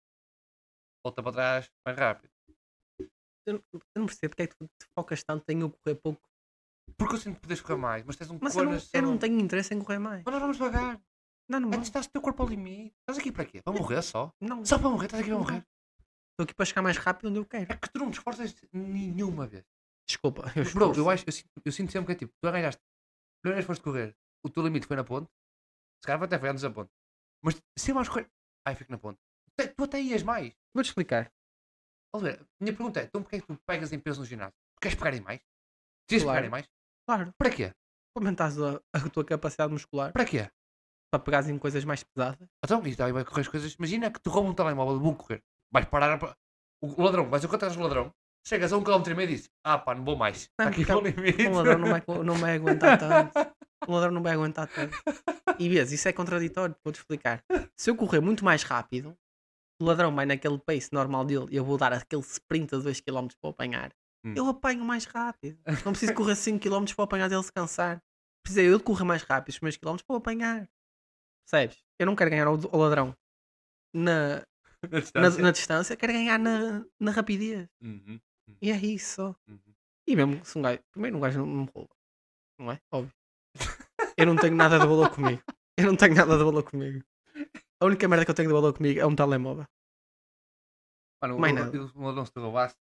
volta para trás mais rápido.
Eu não, eu não percebo porque é que tu te focas tanto em eu correr pouco.
Porque eu sinto que podes correr mais, mas tens um
Mas eu
corpo.
não, eu não tenho interesse em correr mais.
Mas nós vamos devagar.
Não, não,
É
vou.
testaste o teu corpo ao limite. Estás aqui para quê? Para morrer só?
não.
Só para morrer, estás aqui para
Não.
morrer.
Estou aqui para chegar mais rápido onde eu quero.
É que tu não te esforças nenhuma vez.
Desculpa.
Mas, bro, eu, acho, eu, sinto, eu sinto sempre que é tipo, tu arranjaste, primeira vez foste correr, o teu limite foi na ponte, se calhar até foi antes da ponte. Mas se vais correr, ai fico na ponte. Até- Tu até ias mais.
Vou-te explicar.
Oliveira, minha pergunta é, então porquê é que tu pegas em peso no ginásio? Queres pegar em mais? Queres
Claro.
pegar em mais?
Claro.
Para quê?
Aumentares a, a tua capacidade muscular
Para quê?
para pegares em coisas mais pesadas.
Então, e daí vai correr as coisas. Imagina que tu roubam um telemóvel, vão correr. Vais parar a... pa- o ladrão, vais encontrar o ladrão, chegas a um quilómetro e meio e dizes, ah pá, não vou mais. Está
Não,
aqui
porque
para o limite.
Um ladrão não vai, co- não vai aguentar tanto. o ladrão não vai aguentar tudo. E vês, isso é contraditório, vou-te explicar. Se eu correr muito mais rápido, o ladrão vai naquele pace normal dele e eu vou dar aquele sprint a 2km para o apanhar,
Hum.
eu apanho mais rápido. Não preciso correr 5km para apanhar dele se cansar. Precisei eu de correr mais rápido os meus quilómetros para o apanhar. Percebes? Eu não quero ganhar ao, ao ladrão na,
Na
na,
distância.
na distância, quero ganhar na, na rapidez.
Uhum,
E é isso só.
uhum.
E mesmo se um gajo. Primeiro, um gajo não não me rouba. Não é? Óbvio. Eu não tenho nada de valor comigo. Eu não tenho nada de valor comigo. A única merda que eu tenho de valor comigo é um telemóvel.
Mano,
Mais
o-
nada.
o- o ladrão se te roubasse.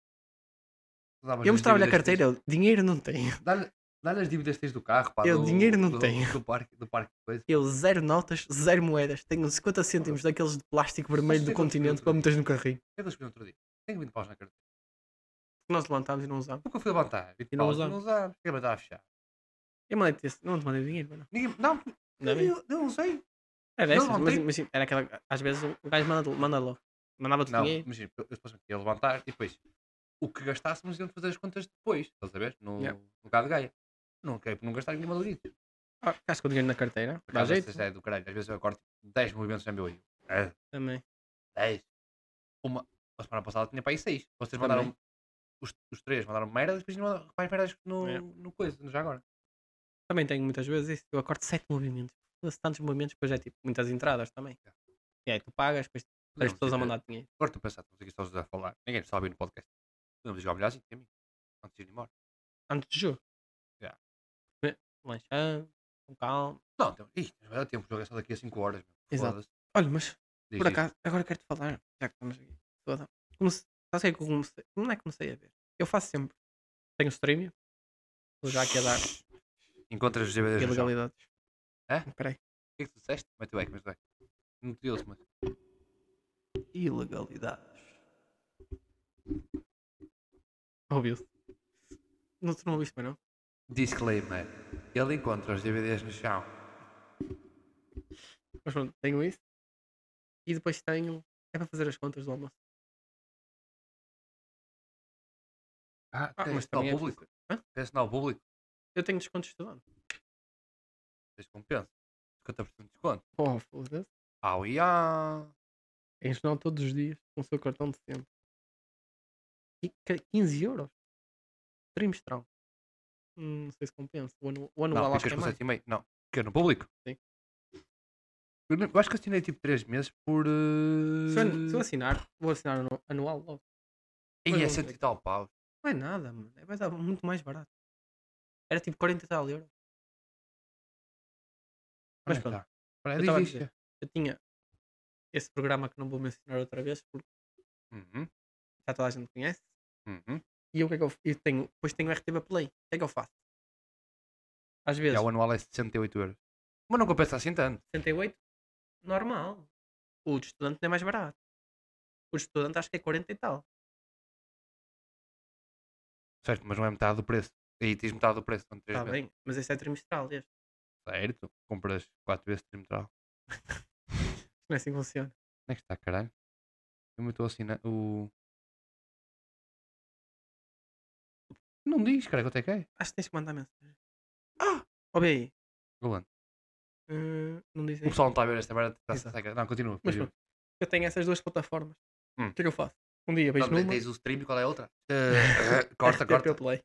usavas
Eu
as
mostrava-lhe a
dívidas que tens-
carteira, ele, dinheiro não tenho.
Dá-lhe dá-lhe as dívidas que tens do carro, pá.
Eu
do,
dinheiro não
do,
tenho.
Do parque, do parque de coisa.
Eu zero notas, zero moedas. Tenho 50 cêntimos daqueles de plástico vermelho do
Vocês não
continente
tinham
para meteres no carrinho.
O que é que eu escolhi outro dia? Tenho 20 paus na carteira.
Nós levantámos e não usámos.
Nunca fui levantar. 20
E não
paus.
usava.
Não usava. Porque estava a é fechar.
Eu mandei-te esse- Não te mandei dinheiro, mano.
Ninguém, não,
Ainda bem.
eu, eu não sei.
Era
Não,
essas,
não
mas,
tem-
mas sim, era aquela. Às vezes o gajo manda, manda logo. Mandava-te
Não,
dinheiro.
imagina, eu eu depois ia levantar e depois o que gastássemos iam fazer as contas depois, estás a ver? No,
Yeah.
no carro de Gaia. Não quero não gastar nenhuma do dito.
Ah, Ficaste com o dinheiro na carteira.
Por
Dá
acaso,
jeito. né?
essa é do caralho. Às vezes eu acordo tipo, 10 movimentos na meu olho. É,
Também.
10. Uma, a semana passada tinha para aí 6. Vocês mandaram. Os, os três mandaram merda e depois mandaram mais merdas no,
Yeah.
no coisa, no já agora.
Também tenho muitas vezes isso. Eu acordo sete movimentos. Foda-se, tantos movimentos, depois é tipo muitas entradas também. E aí tu pagas, depois tipo, as
Podemos
pessoas a
dizer-
mandar dinheiro.
Agora estou a pensar, estamos aqui só os a falar. Ninguém está a ouvir no podcast. Podemos jogar melhor assim, tem mim. Antes de ir embora.
Antes do jogo.
Já.
Comer- Lanchamos, com calma.
Não, tem, ih, mas vai dar tempo, o jogo é só daqui a 5 horas. Meu.
Exato.
Foda-se.
Olha, mas
Diz
por
isso.
acaso, agora quero-te falar, já que estamos aqui. Toda. Comece... Sabes o que é que eu comecei? Não é que comecei a ver. Eu faço sempre. Tenho streaming. Vou já aqui a dar
Encontras os DVDs. no chão.
ilegalidades.
Hã?
Peraí.
O que é que tu disseste? Mas tu é que, mas tu é. Não te ouço, mas.
Ilegalidades. Ouviu-se. Não, tu não ouviste, mas não?
Disclaimer. Ele encontra os DVDs no chão.
Mas pronto, tenho isso. E depois tenho. É para fazer as contas do almoço.
Ah,
Ah,
tem
mas
sinal
também é
público. Tem sinal público.
Eu tenho desconto estudando.
Tens compensa. 50% de desconto.
Oh, foda-se.
Au e ah.
É em jornal todos os dias, com o seu cartão de sempre. E que- 15 euros? Trimestrão. Hum, não sei se compensa. O ano, o ano
Não,
lá acho que
ficas
é
com
mais.
7,5. Não. Que é no público?
Sim.
Eu não- eu acho que assinei tipo 3 meses por. Uh...
Se eu, an- se eu assinar, vou assinar anu- anual logo.
E é
Pois
100
não
e tal pau.
Não é nada, mano. É- Vai dar muito mais barato. Era tipo 40 e tal euros. Mas pronto. Eu
Olha,
tava a
diz isto.
dizer. Eu tinha esse programa que não vou mencionar outra vez, porque
Uhum.
já toda a gente conhece.
Uhum.
E eu, o que é que eu, f- eu tenho, depois tenho o RTB Play. O que é que eu faço? Às
Já
vezes,
o anual é 68 euros. Mas não compensa assim tanto.
68, normal. O de estudante não é mais barato. O de estudante acho que é 40 e tal.
Certo, mas não é metade do preço. Aí tens metade do preço. são três
Está
meses.
bem, mas esse é trimestral. Este.
Certo, compras 4 vezes trimestral.
Não é assim que funciona.
Onde é que está, caralho? Eu me estou a assinar o. Não diz, caralho, quanto é que é?
Acho que tens que mandar mensagem. Ah! Ó, bem aí.
Golando.
Hum, não
O
dizem.
pessoal não está a ver esta merda. tá-se a
Exato.
sacar. Não, continua.
Mas
continua.
pronto, eu tenho essas duas plataformas.
Hum.
O que é que eu faço? Um dia vejo
Não,
numa.
tens o stream e qual é a outra? Eh, corta,
RTP
corta.
Play.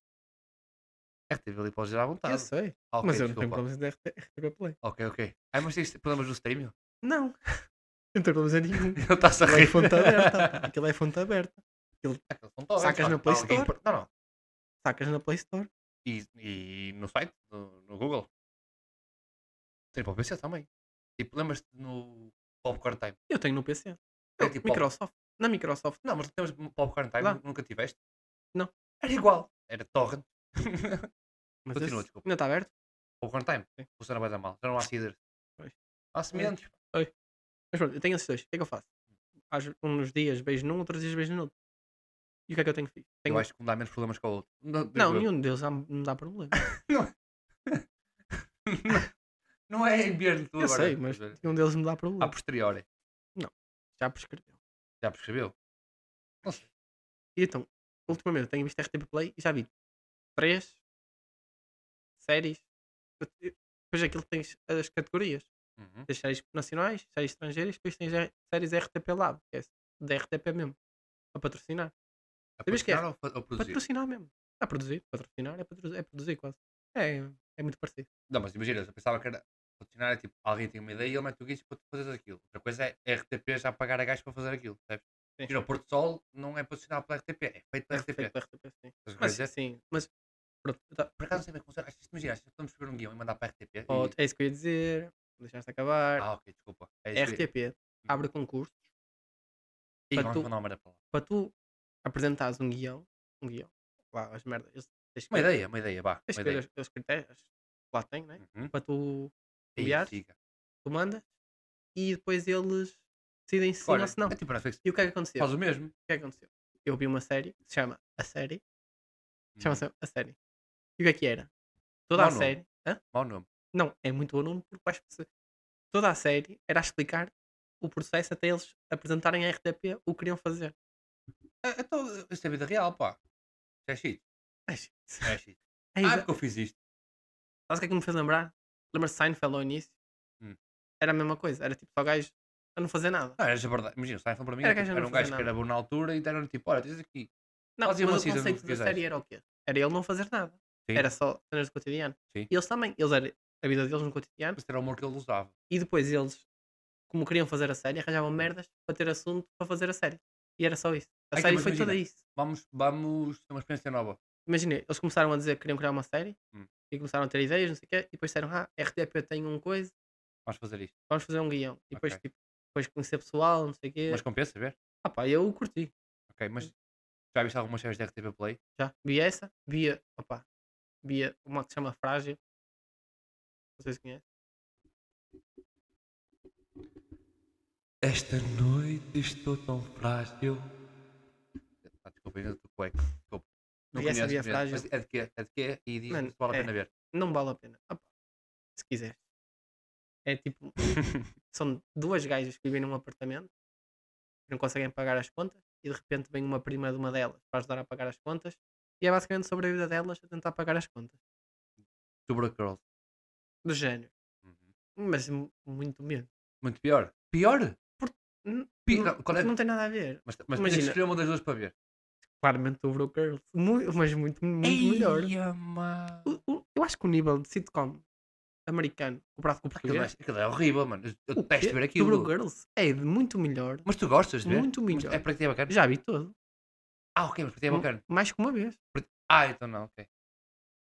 RTV ali podes ir à vontade.
Eu sei,
Ah, ok,
mas eu não tenho
desculpa.
problemas de RT- RTP Play.
Ok, ok. Ah, mas tens problemas no stream?
Não. Não tenho problemas em nenhum.
Não estás a
Aquilo é
rir.
fonte aberta. Aquilo é fonte aberta.
Aqueles são todos,
Sacas
pá.
na Play
Alguém
Store?
per- Não, não.
Sacas na Play Store.
E, e no site, no, no Google. Tem para o PC também. Tipo, lembras-te no Popcorn Time?
Eu tenho no PC.
É
Não,
tipo-
Microsoft. Na Microsoft.
Não, mas temos Popcorn Time,
Lá.
nu- nunca tiveste?
Não.
Era igual. Era torrent.
Mas
Continua,
esse
desculpa.
Ainda está aberto?
Popcorn Time.
Sim.
Funciona bem da mal. Já não há cider.
Pois.
Há sementes.
Mas pronto, eu tenho esses dois. O que é que eu faço? Às, uns dias beijo num, outros dias beijo no outro. E o que é que eu tenho feito? Tenho...
Eu acho que um dá menos problemas que o outro. Não, digo
Não,
eu.
nenhum deles dá- não dá problema.
não é em verde tudo
eu
agora.
sei, mas tipo nenhum deles me dá
A
problema.
posteriori.
Já prescreveu.
Já percebeu?
E então, ultimamente eu tenho visto RTP Play e já vi três séries. Eu- eu- Depois aquilo tens as categorias.
Uhum.
Tens séries nacionais, séries estrangeiras, depois tens a- séries RTP Lab, que é da RTP mesmo. A patrocinar.
A
Sabias que é?
patrocinar Ou, fa- ou produzir?
Patrocinar mesmo. A produzir, patrocinar, é produzir, é produzir quase. É, é muito parecido.
Não, mas imagina, eu pensava que era patrocinar, é tipo, alguém tem uma ideia e ele mete o guicho para tu fazeres aquilo. Outra coisa é RTP já pagar a gajo para fazer aquilo, percebes?
Sim.
Imagina, o Porto Sol não é patrocinado pela RTP, é feito pela RTP.
Feito pela RTP, sim.
Estás a
Mas
dizer?
sim, mas pronto, tá, eu ta-
assim, Por acaso não sei bem como será. Achas que imagina, achas que podemos escrever um guião e mandar para a RTP? E-
oh, é isso que eu ia dizer. Deixaste acabar.
Ah, ok, desculpa. É isso que-
RTP abre concursos
Ih,
para
vamos
tu-
mandar uma merda é um para lá.
para tu apresentares um guião. Um guião. Lá, as merdas. eles- tens que
Uma
ver-
ideia, uma ideia, vá.
tens
Uma
que ver
ideia.
os- os critérios. Lá tem, né?
Uhum.
Para tu,
Ih,
enviares.
siga.
tu mandas e depois eles decidem se sim
Olha,
ou se não.
É tipo Netflix.
E o que é que aconteceu?
Faz o mesmo.
O que é que aconteceu? Eu vi uma série que se chama A Série. Chama-se A Série. E o que é que era? Toda
Mau
a
Uhum. nome.
série. Hã?
Uhum. Mau nome.
Não, é muito bom nome porque acho que se- toda a série era a explicar o processo até eles apresentarem à RTP o que queriam fazer.
Ah, Então, isso é vida real, pá. Isso é shit.
É isso.
É shit.
É
Ah,
isso.
porque eu fiz isto.
Sabes o que é que me fez lembrar? Lembra-se Seinfeld ao início?
Hum.
Era a mesma coisa. Era tipo só gajo a não fazer nada.
Não, era verdade. Imagina, o Seinfeld para mim
Era
era,
gajo a
tipo,
não
era um gajo
fazer
que era bom na altura e deram tipo, olha, tens aqui.
Não, mas
Fazia uma
o
season do
conceito
que
da
quiseres.
série era o quê? Era ele não fazer nada.
Sim.
Era só cenas do cotidiano.
Sim.
E eles também. Eles eram a vida deles no cotidiano.
Mas era o humor que ele usava.
E depois eles, como queriam fazer a série, arranjavam merdas para ter assunto para fazer a série. E era só isso. A
Ai,
série
mas
foi toda
imagina.
isso.
Vamos, vamos ter uma experiência nova.
Imaginei, eles começaram a dizer que queriam criar uma série
Hum.
e começaram a ter ideias, não sei o quê, e depois disseram, ah, RTP tem um coisa,
Vamos fazer isto.
vamos fazer um guião. E depois,
Ok.
tipo, depois conhecer pessoal, não sei o quê.
Mas compensa, ver?
Ah pá, eu curti.
Ok,
Hum.
mas já viste algumas séries da RTP Play?
Já. Vi essa, via, opá, via uma que se chama Frágil. Não sei se conhece.
Esta noite estou tão frágil. Ah, desculpa, ainda estou cueco. Desculpa. Não
Vi essa
conheço,
via
conheço.
frágil.
Mas É de quê? É de quê? E diz-me
Mano,
se vale a
é.
pena ver.
Não vale a pena. Ah pá, se quiser. É tipo, são duas gajas que vivem num apartamento, que não conseguem pagar as contas, e de repente vem uma prima de uma delas para ajudar a pagar as contas, e é basicamente sobre a vida delas a tentar pagar as contas.
Tubra Girls.
Do género. Mas é mu- muito menos.
Uhum. Muito pior. Pior?
N-
Pi-
não-
não, qual é-
Não tem nada a ver.
Mas, mas tens que
Imagina.
escolher uma das duas para ver.
Claramente o Bro Girls. Mu- Mas muito, muito melhor.
Eia, ma-
O- o- Eu acho que o nível de sitcom americano, comparado com o
Aquilo, é,
português,
aquilo é horrível, mano. Eu- Eu
o
detesto
quê?
ver
Do Bro
aquilo.
Girls é de muito melhor.
Mas tu gostas de ver?
Muito
Mas
melhor.
É para ti é bacana?
Já vi todo.
Ah, ok, mas para ti é
Hum.
bacana.
Mais que uma vez.
Ah, então não, ok.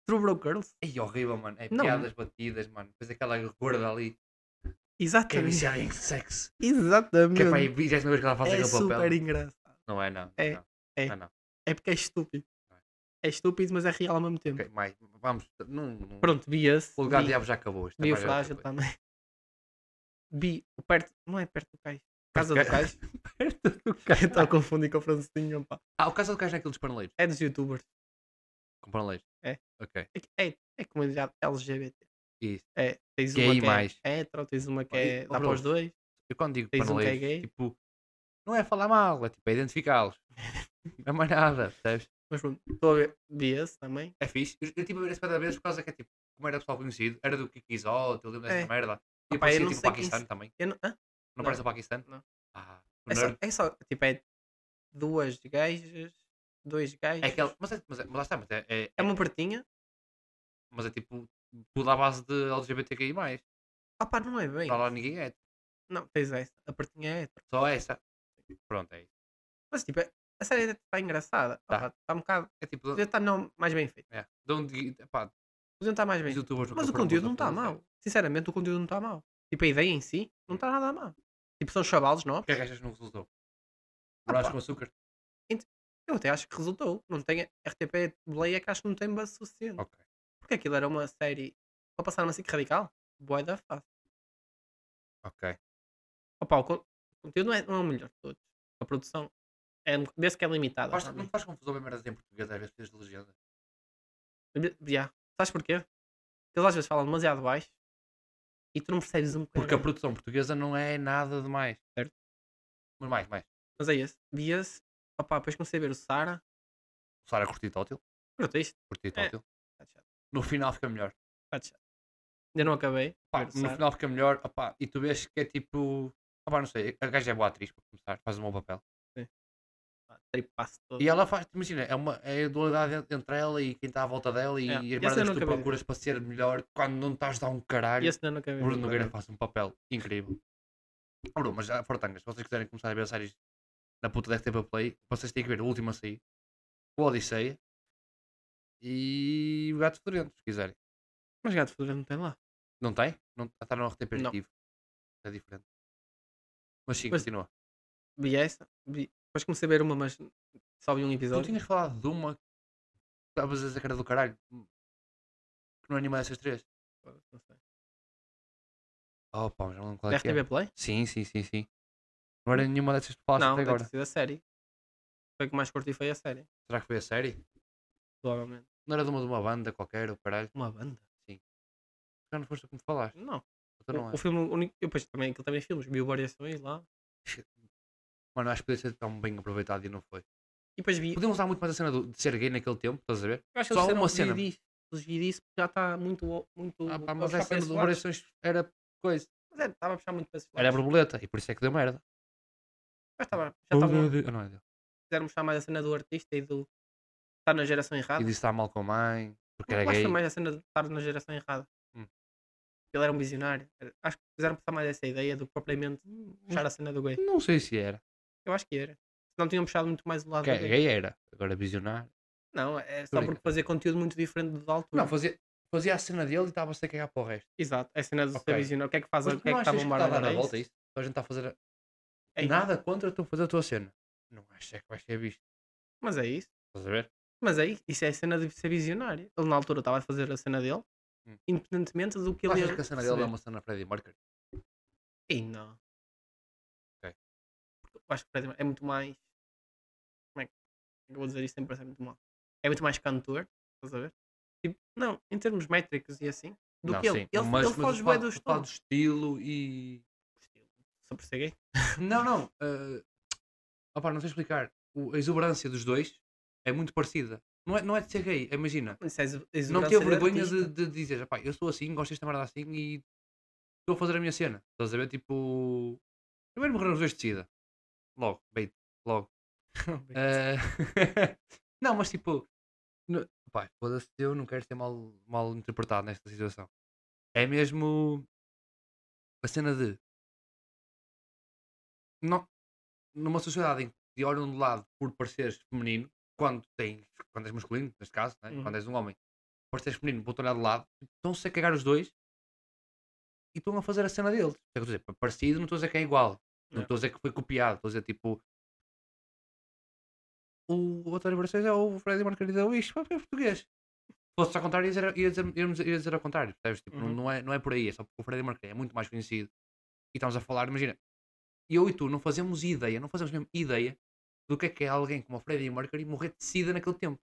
True Bro Girls.
É horrível, mano. É
Não.
piadas batidas, mano. Depois aquela gorda ali. Que é
Exatamente.
viciada em sexo.
Exatamente.
Que é para aí 20 vez que ela faz
é
aquele
super
papel.
engraçado.
Não é, não.
É,
não.
é.
Ah, não.
É porque é estúpido. É estúpido, mas é real ao mesmo tempo.
Ok, mais. Vamos. Não, não.
Pronto, vi esse.
O lugar do
vi,
diabo já acabou. Isto é
vi o
mais outra
Frágil
coisa.
também. Vi o perto. Não é perto do cais. Casa do
Perto do
cais. Então. perto do cais. Estou a confundir com o Francinho. Pá.
Ah, o caso do gajo é aquele dos paneleiros.
É dos youtubers.
Com paneleiros.
É.
Ok.
É, é, é comunidade LGBT.
Isso.
É, tens
Gay
uma que
mais.
é hétero, tens uma que
Olha,
é.
oh,
Dá para
bro.
os dois.
Eu quando digo
Tens um que é
paneleiros,
gay?
tipo, não é falar mal, é tipo, é identificá-los. não é mais nada, percebes?
Mas pronto, estou a ver. Vi esse também.
É fixe. Eu, eu tive a ver esse cada vez por causa que é tipo, como era pessoal conhecido, era do Kiki Zó, eu lembro dessa
É.
merda.
Opa,
E aparecia
eu não
tipo
sei quem
Paquistão
se-
também.
Eu não, hã?
Não,
Não.
aparece o Paquistão?
Não.
Ah, o
É só,
nerd.
é só, tipo, é duas gajas, dois gajos.
É aquele, mas, é, mas, é, mas lá está, mas é, é-
É uma pertinha.
mas é tipo, tudo à base de LGBTQI+. Lá
Ah pá, não é bem.
lá ninguém é,
Não, tens essa. A pertinha é hétero.
só essa. Pronto, é isso.
Mas tipo, é- a série está engraçada.
Tá.
Está um bocado.
É tipo,
Podia estar não, mais bem feito.
é, de onde, epá,
Podia estar mais
os
bem.
youtubers nunca
Mas o
foram né?
conteúdo
bons a um
não está
fazer
mau.
séries.
Sinceramente, o conteúdo não está mau. Tipo, a ideia em si não está nada mal. Tipo, são chavalos
O
novos.
que é que achas que não resultou?
Ah,
Brás
pá.
com açúcar?
Eu até acho que resultou. Não tem RTP de lei é que acho que não tem base suficiente.
Ok.
Porque aquilo era uma série para passar uma SIC radical. Boa da fácil.
Ok.
Opa, o con- o conteúdo não é, não é o melhor de todos. A produção é, um- vê-se que é limitada.
Faz-
também.
Não faz confusão bem merdas em português, às vezes precisas de legenda.
Vê- Já. Sabes porquê? Porque eles às vezes falam demasiado baixo e tu não percebes um
Porque a
bocadinho.
produção portuguesa não é nada demais.
Certo.
Mas mais, mais.
Mas é esse. Via-se. Opa, depois comecei a ver o Sara.
Sara curti tótil.
Pronto, é isto.
Curti tótil.
Tá chato.
No final fica melhor.
Tá chato. Ainda não acabei.
Pá,
Quero
no
começar.
final fica melhor. opá, e tu vês que é tipo. Opá, não sei. A gaja é boa atriz para começar. Faz um bom papel.
Pá, Tripaço todo.
E ela faz. Imagina, é, uma, é a dualidade entre ela e quem está à volta dela e
É,
as
esse eu
merdas
não
que tu
acabei de
procuras para ser melhor quando não estás a dar um caralho.
E esse ainda não acabei.
Bruno Nogueira faz um papel incrível. Ah, Bruno, mas já, Fortangas, se vocês quiserem começar a ver séries da puta da RTP Play, vocês têm que ver a última a sair, o Odisseia e o Gato Fedorento, se quiserem.
Mas gato fedorento não tem lá.
Não tem? Não, está no RTP
Não.
ativo. É diferente. Mas sim,
Mas-
continua.
Vi essa. Vi... Depois comecei a ver uma, mas só vi um
Tu
episódio.
tinhas falado de uma que estavas a dizer que era do caralho, que não anima essas três.
Não sei.
Oh pá, mas não lembro qual
Da
é que é.
RTP Play?
Sim, sim, sim, sim. Não era nenhuma dessas que tu falaste
não,
até
deve
agora.
ter sido a série. Foi a que mais curti foi a série.
Será que foi a série?
Provavelmente.
Não era de uma, de uma banda qualquer, o caralho.
Uma banda?
Já não foste como falaste.
Não.
Então não
o,
é.
o filme único. Eu depois também, aquilo também é filmes. Vi o Variações lá.
Mano, acho que podia ser tão bem aproveitado e não foi.
E depois vi.
Podemos usar muito mais a cena do- de ser gay naquele tempo, estás a ver?
Eu acho que
só
eles disseram
uma
que
cena.
vi disso. Eles vi disso porque já está muito. muito
Ah, pá,
a
mas
puxar
a
para
cena
esse
do
lado.
Variações era coisa.
Mas é, estava a puxar muito para esses
Era
lados.
borboleta e por isso é que deu merda.
Mas estava- já tá estava.
Ah, não é dele.
Quiseram puxar mais a cena do artista e do. Estar na geração errada.
E disse está mal com a mãe, porque era
Eu acho que
gay.
foi mais a cena de estar na geração errada.
Hum.
Ele era um visionário. Era- Acho que fizeram passar mais essa ideia do que propriamente puxar a cena do gay.
Não sei se era.
Eu acho que era. Se não tinham puxado muito mais o lado
Que
do gay.
gay era. Agora visionário.
Não, é
Tô
só
brincando.
porque fazer conteúdo muito diferente do da altura.
Não, fazia, fazia a cena dele e estava-se a cagar para o resto.
Exato, é a cena do
Ok.
ser visionário. O que é que faz?
Mas
O que é que
não
está a
achas que
bombar
está a dar
agora?
a
É
volta a
isso?
isso? Então A gente está a fazer
É isso.
nada contra tu fazer a tua cena. Não acho é que vais ser visto.
Mas é isso.
Estás a ver?
Mas é isso. Isso é a cena de ser visionário. Ele na altura estava a fazer a cena dele,
Hum.
independentemente do que ele
Achas
ia
que a cena
receber.
dele é uma cena Freddie Mercury?
Ei, não.
Ok.
Porque eu acho que Freddie Mercury é muito mais. Como é que como é que eu vou dizer isto sem parecer muito mal? É muito mais cantor, estás a ver? Tipo, não, em termos métricos e assim, do
Não,
que ele.
sim,
Ele,
mas-
ele
mas
faz
eu
bem
falo-
dos
eu falo
tons.
estilo e.
Só por ser gay.
Não, não. eh, opá, não sei explicar. O- a exuberância dos dois é muito parecida. Não é, não é de ser gay, imagina.
Isso é exu-
Não
exuberância
ter
de
vergonha de,
artista.
de dizer, "Epá, eu sou assim, gosto desta merda assim e estou a fazer a minha cena. Estás a ver? Tipo. Primeiro morreram os dois de sida. Logo, bait, logo. Eh, não, mas tipo. no- Pá, foda-se, eu não quero ser mal, mal interpretado nesta situação. É mesmo. A cena de. Não, numa sociedade em que te olham de lado por pareceres feminino, quando tens. Quando és masculino, neste caso, né?
Uhum.
quando és um homem, por seres feminino, vou-te olhar de lado, estão-se a cagar os dois e estão a fazer a cena deles. É o que eu estou a dizer, parecido, não estou a dizer que é igual. Não
É.
estou a dizer que foi copiado, estou a dizer tipo. O Otário Barcelos é o Freddy Mercury da Wish, pá, é português. Se fosse ao contrário, ia dizer, ia dizer, ia dizer, ia dizer ao contrário, percebes? Tipo, não-
Uhum.
não, é, não é por aí, é só porque o Freddy Mercury é muito mais conhecido. E estamos a falar, imagina, eu e tu não fazemos ideia, não fazemos mesmo ideia do que é que é alguém como o Freddie Mercury morrer de sida naquele tempo.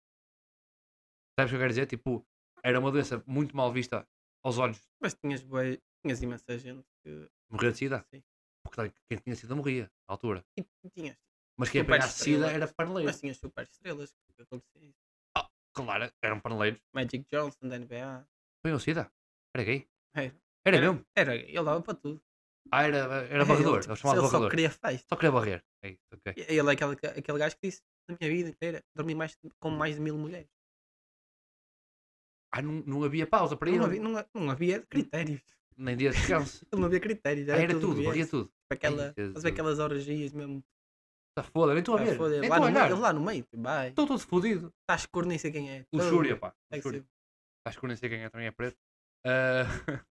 Sabes o que eu quero dizer? Tipo, era uma doença muito mal vista aos olhos
Mas tinhas, boi... tinhas imensa gente que.
morrer de sida.
Sim.
Porque sabe, quem tinha sida morria, à altura.
E tinhas.
Mas quem
Super
apanhasse sida
estrela.
era paneleiro.
Mas tinhas super estrelas que acontecia isso.
Claro, eram paneleiros.
Magic Johnson da NBA.
Apanhou sida. Era gay.
Era.
Era
É. Era.
mesmo?
Era, ele dava para tudo.
Ah, era, era
Ele,
barredor.
tipo,
Ele chamava
ele só
barredor.
queria festa.
Só queria barrer. É isso, ok.
E Ele é aquele, aquele gajo que disse, na minha vida inteira, dormi mais, com mais de mil mulheres.
Ah, não, não havia pausa para ele.
Não havia, não, ha- não havia critérios.
Nem dia de descanso.
Ele não havia critérios.
Ah,
Era,
era tudo,
do
barria
Yes.
tudo.
Tipo Aquela,
Ai, Jesus.
fazer aquelas orgias mesmo.
Está foda, nem estou a
Ah,
ver. Então,
foda,
Nem
lá,
estou a
no meio,
olhar.
ele lá no meio, tipo, vai.
Estou todo fodido.
Está escuro, nem sei quem é. Todo.
Luxúria, pá.
É que
Luxúria.
sim.
Acho que eu nem sei quem é, também é preto. Ah,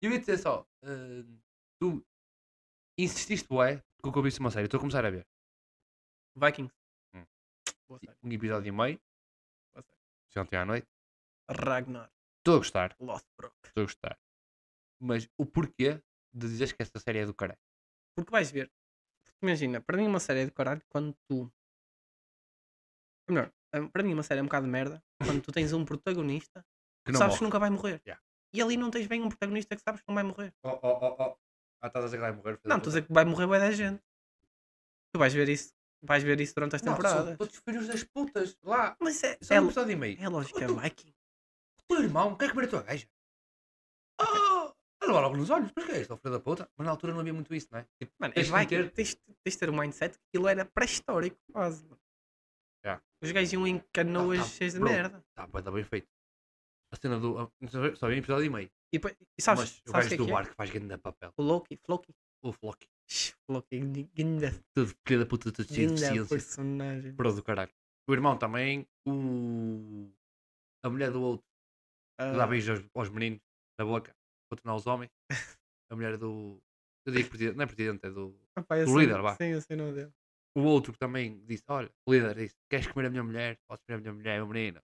eu ia dizer só, ah, tu insististe, ué, que eu ouviste uma série, estou a começar a ver.
Vikings.
Hum.
Boa série.
Um episódio e meio,
Boa série.
se ontem à noite.
Ragnar.
Estou a gostar,
Lothbrok.
estou a gostar. Mas o porquê de dizeres que esta série é do caralho?
Porque vais ver. Porque imagina, para mim uma série é do caralho quando tu. Ou melhor, a- para mim uma série é um bocado de merda quando tu tens um protagonista
Que
que
não
sabes que
morre.
nunca vai morrer.
Yeah.
E ali não tens bem um protagonista que sabes que não vai morrer.
Oh, oh, oh, oh. Ah, estás a dizer que vai morrer?
Não, estou a dizer que vai morrer bué da gente. Tu vais ver isso, vais ver isso durante as temporadas.
Todos os filhos das putas, lá.
Mas é,
Só um
é,
episódio e meio.
é lógico, é
Tu-
Viking.
O teu irmão, quer comer a tua gaja? Ah, Olha logo nos olhos, mas que é isso, filho da puta? Mas na altura não havia muito isso, não é? Tipo,
Mano,
Tens
tens,
de
vai,
meter-
tens, tens de ter um mindset que aquilo era pré-histórico, quase. mano.
Já.
Os gajos iam em
Ah,
canoas
tá,
cheias de
bro.
merda.
tá, pá, tá bem feito. A cena do. a- não sei, Só vi um episódio e meio.
E, depois- e sabes,
mas o
sabes
gajo
o que é
do
que é?
barco faz grande papel.
O Loki, Floki.
O Flock.
Shhh, Floki, guinda,
Tudo filho da puta, tudo cheio de
guinda
ciência.
personagem.
Bro do caralho. O irmão também. O. A mulher do outro. que Dá
Ah,
beijos aos, aos meninos na boca. Para tornar os homens. A mulher do. Eu digo presidente. Não é presidente, é do.
rapaz, eu
do
sei-
líder, vá.
Sim, eu sei o nome dele.
O outro que também disse: Olha, o líder disse: Queres comer a minha mulher? Posso comer a minha mulher, meu menino.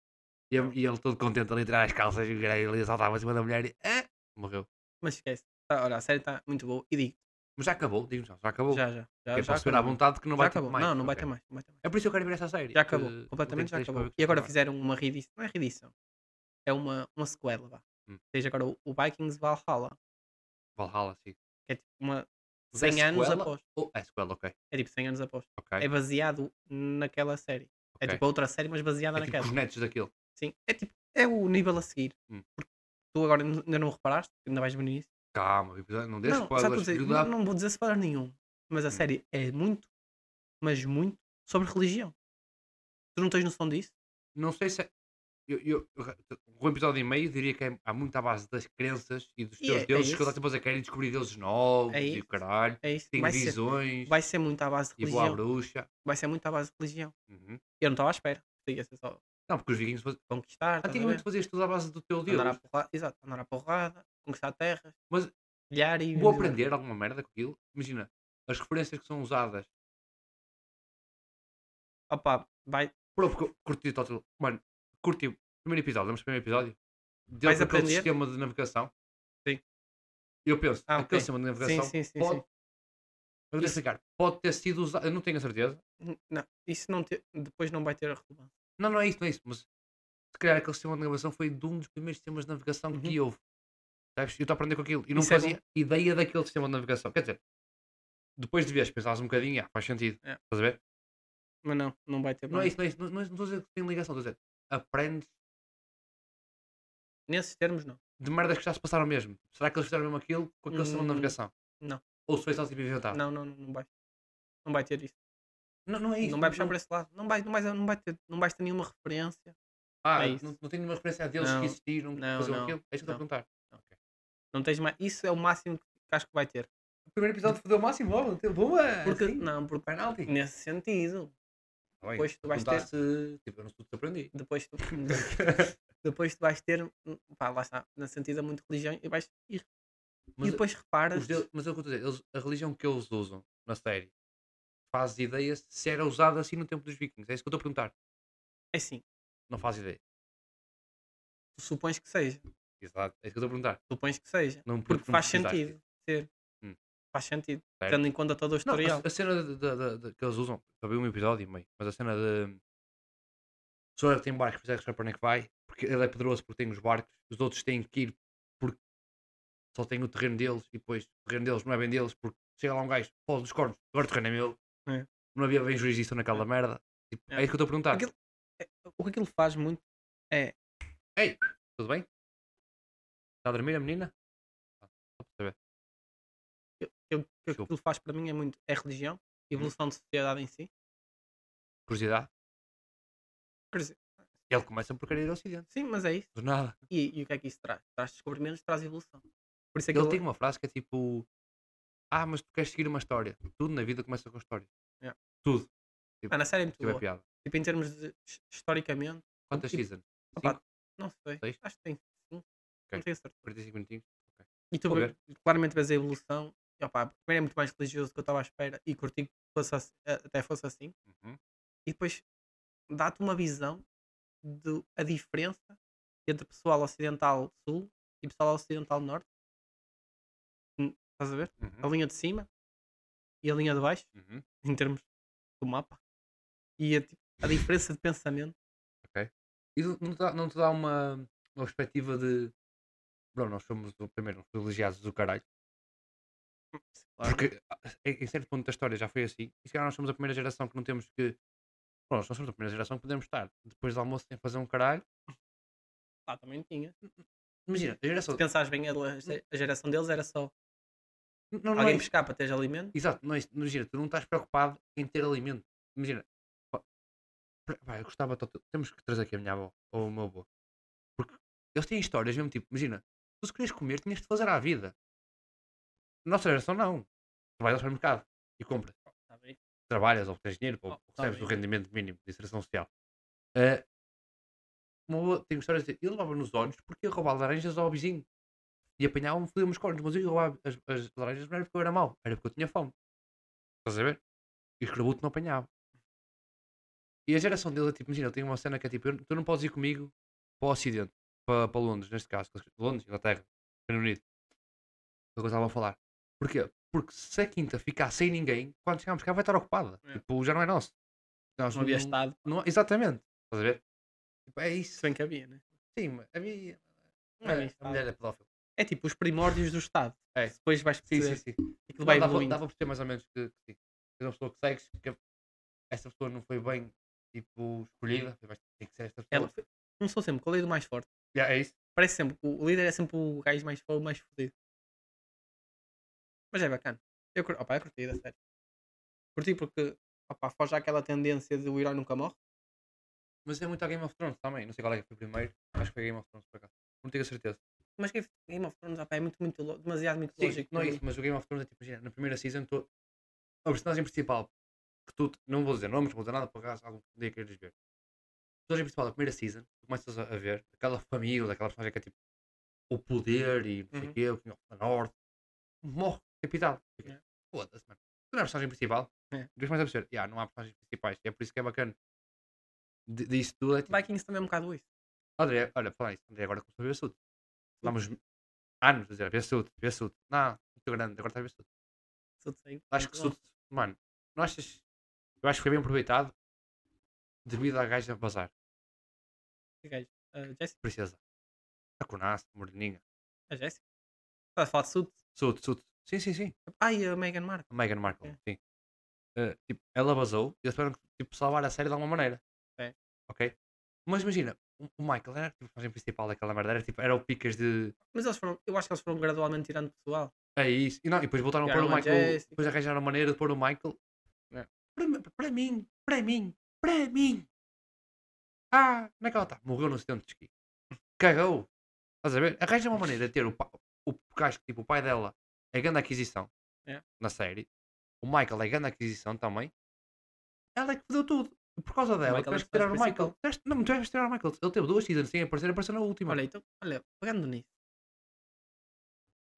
E, a- e ele todo contente ali tirar as calças e o caralho, ele saltava em cima da mulher e. "Ah!" Morreu.
Mas esquece. Tá, olha, a série está muito boa. E digo,
Mas já acabou, digo já, já acabou.
já, já. já,
Eu
já
posso ver à
acabou.
vontade que não
Já
vai ter
acabou.
mais.
Não, não vai
ok. eh,
ter mais. não vai ter mais.
É por isso que eu quero ver essa série.
Já
que
acabou.
não
completamente já
tenho que deixar
acabou.
para ver
E agora
continuar.
fizeram uma reedição. Não é reedição. É uma, uma sequela, vá.
Hum.
Seja agora o, o Vikings Valhalla.
Valhalla, sim.
Que é tipo uma
Mas é
100 anos
sequela?
após.
Oh, é sequela, ok.
É tipo 100 anos após.
ok.
É baseado naquela série. É
Ok.
tipo outra série, mas baseada
É tipo
naquela.
os netos daquilo.
Sim. É tipo, é o nível a seguir.
Hum.
Porque tu agora n- ainda não reparaste, ainda vais ver no início.
Calma, episódio- não deixa
Não, sabe o que eu
spoilers.
dizer?
filho
não,
da-
não vou dizer spoiler nenhum.
Hum.
Mas a série é muito, mas muito sobre religião. Tu não tens noção disso?
Não sei se é. Eu, eu, eu- um episódio e meio diria que é, há muito à base das crenças e dos
E
teus
é- é
deuses que
isso.
eu estou sempre a querer descobrir deuses novos
É
e
isso.
o caralho.
É isso.
Tem
Vai ser,
visões
vai ser muito à base de
e boa à
religião.
bruxa.
Vai ser muito à base de religião.
Uhum.
Eu não estava à espera. que Ia ser só
Não, porque os vikings faziam.
conquistar, estás a ver?
Antigamente fazias tudo à base do teu deus.
andar à porrada, exato, andar à porrada, conquistar terras,
Mas-
pilhar e.
Vou aprender alguma merda com aquilo. Imagina, as referências que são usadas
Opa, vai,
Bro, porque eu curti Total. Mano, curti o primeiro episódio, vamos ao primeiro episódio. Deu
Vais
aquele
aprender?
sistema de navegação.
Sim.
Eu penso,
Ah,
aquele
ok.
sistema de
sim,
navegação
sim, sim,
pode.
sim.
Eu vou
Isso-
explicar. Pode ter sido usado. Eu não tenho a certeza.
N- Não, isso não te- depois não vai ter relevância.
Não, não é isso, não é isso. Mas se calhar aquele sistema de navegação foi de um dos primeiros sistemas de navegação que houve. Sabes? Eu estou a aprender com aquilo. E não
Uhum. Isso é
fazia ideia daquele sistema de navegação. Quer dizer, depois de vez pensavas um bocadinho, ah, faz sentido.
É.
Estás a ver?
Mas não, não vai ter.
Não é
relevância.
isso, não é isso. Não, não é- não estou a dizer que tem ligação, estou a dizer. Aprendes
Nesses termos, não.
de merdas que já se passaram mesmo. Será que eles fizeram mesmo aquilo com aquele sistema de
Hum,
navegação?
não.
Ou se foi só tipo inventado?
Não, não, não, não vai. Não vai ter isso.
não, não é isso.
não vai puxar para esse lado. Não vai, não vai, não vai ter, não vais ter nenhuma referência.
Ah,
é isso.
não, não tem nenhuma referência a deuses
Não,
que existiram, que
não,
faziam
não,
aquilo? É isso que eu estou a perguntar.
Não tens mais. Isso é o máximo que acho que vai ter.
O primeiro episódio foi o máximo, boa!
Porque não, porque
Penalti.
nesse sentido, depois tu vais ter-
Tipo, eu não sou aprendi.
depois tu, depois tu vais ter, hum, pá, lá está, na sentido é muito religião e vais ir.
Mas,
e depois reparas,
os deuses- mas é o que eu estou a dizer, eles- a religião que eles usam na série faz ideia se era usada assim no tempo dos vikings. É isso que eu estou a perguntar.
é assim,
Não faz ideia.
tu supões que seja,
Exato. É isso que eu estou a perguntar.
supões que seja,
Não,
porque
não
faz
pesquisaste.
sentido ser,
Hum.
faz sentido,
Certo.
tendo em conta todo o
Não,
historial.
a, a cena de- de- de- de- que eles usam, só vi um episódio e meio, mas a cena de Sora tem barcos, mas é que sabe para onde é que vai, porque ele é poderoso porque tem os barcos, os outros têm que ir porque só tem o terreno deles e depois o terreno deles não é bem deles, porque chega lá um gajo, pode dos cornos, agora o terreno é meu,
É.
não havia bem jurisdição naquela merda. Tipo, é.
É.
isso que eu estou a perguntar.
Aquilo- o que aquilo faz muito, é,
Tudo bem? Está a dormir a menina? Ah, Só para saber.
que- o que
Chupa.
aquilo faz para mim é muito, é religião, evolução de sociedade em si,
Curiosidade.
Quer dizer,
Ele começa por querer ir ao ocidente,
sim, mas é isso,
do nada.
e, e o que é que isso traz? Traz descobrimentos, traz evolução. Por isso é que
Ele
eu-
tem uma frase que é tipo: Ah, mas tu queres seguir uma história. Tudo na vida começa com história.
Yeah.
Tudo.
Ah, na série é muito
Tipo, é
boa.
piada.
Tipo, em termos de his- historicamente,
Quantas
Tipo,
seasons?
opá,
Cinco?
não sei.
Seis?
Acho que tem cinco. Não tenho
Ok.
certeza.
45 minutinhos?
E tu
Vou
vê- claramente vês a evolução. E, opá, primeiro é muito mais religioso do que eu estava à espera e curti que fosse assim- a- até fosse assim.
Uhum.
E depois dá-te uma visão do a diferença entre pessoal ocidental sul e pessoal ocidental norte. Hum, Estás a ver? A
Uhum.
linha de cima e a linha de baixo,
Uhum.
em termos do mapa. E a, tipo, a diferença de pensamento.
E não- não te dá, não te dá uma, uma perspectiva de. Bro, nós somos o primeiro os privilegiados do caralho.
Claro.
Porque ah, em em certo ponto da história já foi assim. E se calhar nós somos a primeira geração que não temos que. Bom, nós não somos a primeira geração que podemos estar depois do almoço sem fazer um caralho.
Ah, também tinha.
Imagina, a geração.
Se pensares bem, ela- a geração deles era só
Não, não é
alguém
isso.
pescar para teres alimento.
Exato, não é isso. Imagina, tu não estás preocupado em ter alimento. Imagina, pá, pre- pá, eu gostava tanto. Temos que trazer aqui a minha avó ou o meu avô. Porque eles têm histórias mesmo tipo, imagina, tu se querias comer, tinhas de fazer à vida. Nossa geração não. Tu vais ao supermercado e compras.
Tá bem.
Trabalhas ou tens dinheiro ou
Oh, tá
recebes
bem.
o rendimento mínimo de inserção social. Eh, o meu avô tem histórias de ele levava nos olhos porque ia roubar laranjas ao vizinho. E apanhava-me, fodia-me os cornos, mas eu ia roubar as, as laranjas não era porque eu era mau, era porque eu tinha fome. Estás a ver? E o escrabuto não apanhava. E a geração dele, é tipo, imagina, ele tem uma cena que é tipo, eu- tu não podes ir comigo para o Ocidente, para, para Londres, neste caso, Londres, Inglaterra, Reino Unido. Foi o que eu estava a falar. Porquê? Porque se a quinta ficar sem ninguém, quando chegarmos cá vai estar ocupada.
É.
Tipo, já não é nosso. Nós
Não havia estado,
não- exatamente. Estás a ver? Tipo, é isso.
se bem que havia, né?
Sim, mas havia.
Não havia
a
estado.
mulher é pedófila.
É tipo os primórdios do Estado.
É.
Depois vais
Sim,
perceber
sim, sim.
aquilo vai
Não, dá, para,
evoluindo.
dá para perceber mais ou menos que, que sim. Tens uma pessoa que segues, que essa pessoa não foi bem tipo, escolhida, mas tem que ser esta pessoa.
Ela foi- começou sempre com a lei do mais forte.
Yeah, é isso?
Parece sempre, que o líder é sempre o gajo mais forte, mais fodido. Mas é bacana. Eu, cur- opa, eu curti, a sério. Curti porque, opa, foge àquela tendência de o herói nunca morre.
Mas é muito a Game of Thrones também. Não sei qual é que foi primeiro. Acho que foi Game of Thrones por acaso. Não tenho a certeza.
Mas Game Game of Thrones, opa, é muito, muito, lo- demasiado muito
Sim,
lógico.
não é isso, mas o Game of Thrones é tipo, imagina, na primeira season, tu, a personagem principal, que tu, não vou dizer nomes, não vou dizer nada, por acaso, algum dia queres ver. A personagem principal da primeira season, tu começas a, a ver aquela família, aquela personagem que é tipo, o poder e não sei o
Uhum.
quê, o King of the North, morre capitado.
Yeah.
Foda-se, mano. Tu não é a personagem principal,
É.
tu mais a perceber, yeah, não há personagens principais, é por isso que é bacana. D- Disso tudo é tipo,
Vikings também é um bocado isso.
André, olha, falar nisso, André agora começou a ver saúde. Vamos anos a dizer, ver saúde, ver saúde. Não, muito grande, agora está a ver saúde.
Tudo bem.
Acho que saúde, mano, não achas? Eu acho que foi bem aproveitado devido à gaja bazar,
Que é gajo? A Jéssica?
princesa. A Conassa, Mordeninha.
A Jéssica? Estás a falar de Sud?
Saúde, saúde. Sim, sim, sim.
Ai, a Meghan Markle.
A Meghan Markle,
Ok.
sim. Eh, tipo, ela vazou e eles tiveram que tipo, salvar a série de alguma maneira.
Ok.
Ok? Mas imagina, o o Michael era tipo, o personagem principal daquela merda, era, tipo, era o picas de
Mas eles foram, eu acho que eles foram gradualmente tirando pessoal.
É isso. E, não, e depois voltaram a pôr o
Pegaram a
Michael.
Jessica.
Depois arranjaram a maneira de pôr o Michael.
É.
Para, mi- para mim, para mim, para mim. Ah, como é que ela está? Morreu no acidente de esqui. Cagou. Estás a ver? Arranja uma maneira de ter o, pa, o gajo que, tipo, o pai dela é grande aquisição
É.
na série. O Michael é grande aquisição também. Ela é que fodeu tudo. E Por causa
Michael
dela,
é
tiveste
que
que tirar o
faz o
Michael. Tiveste- Não, não tiveste que tirar o Michael. Ele teve duas seasons sem aparecer, apareceu na última.
Olha, então, olha, pegando nisso,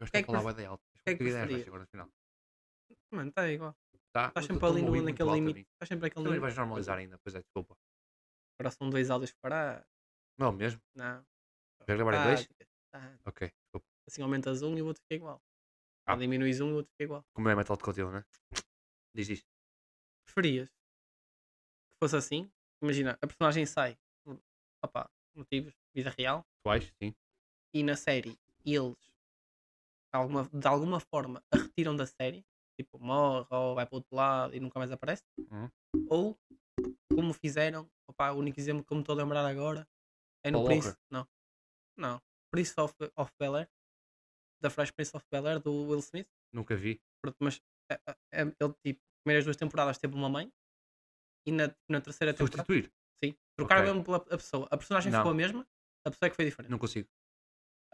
eu
que
estou
é
a
que
falar
prefe-
bué de alto.
que é que
Eu tive ideias
preferias?
agora no final.
mano, está igual. Estás
Tá? Eu tô-
sempre ali
tô-me a ouvir
no,
muito
naquele
alto a
limite.
mim.
Estás sempre naquele
Também
limite.
vais normalizar ainda, pois é, desculpa.
Agora são dois áudios para.
Não, mesmo?
Não.
Já
Ah,
gravarem é dois?
Tática, tática.
Ok, desculpa.
Assim aumentas um e o outro fica igual.
Ah.
Ou diminuis um e o outro fica igual.
Como é metal de cotilo, né? Diz isto.
Preferias que fosse assim? Imagina, a personagem sai. hum, Opa, motivos, vida real.
Tu achas? Sim.
E na série, eles alguma, de alguma forma a retiram da série. Tipo, morre ou vai para outro lado e nunca mais aparece.
Uhum.
Ou, como fizeram, opa, o único exemplo que eu me estou a lembrar agora é no
Paul
Prince.
Walker.
Não. Não. Prince of, of Bel Air. Da Fresh Prince of Bel Air, do Will Smith.
Nunca vi.
Pronto, mas é- é- é- ele, tipo, primeiras duas temporadas teve uma mãe e na, na terceira temporada.
Substituir?
Sim, trocaram
Ok.
mesmo pela a pessoa. A personagem
Não.
ficou a mesma, a pessoa é que foi diferente.
Não consigo.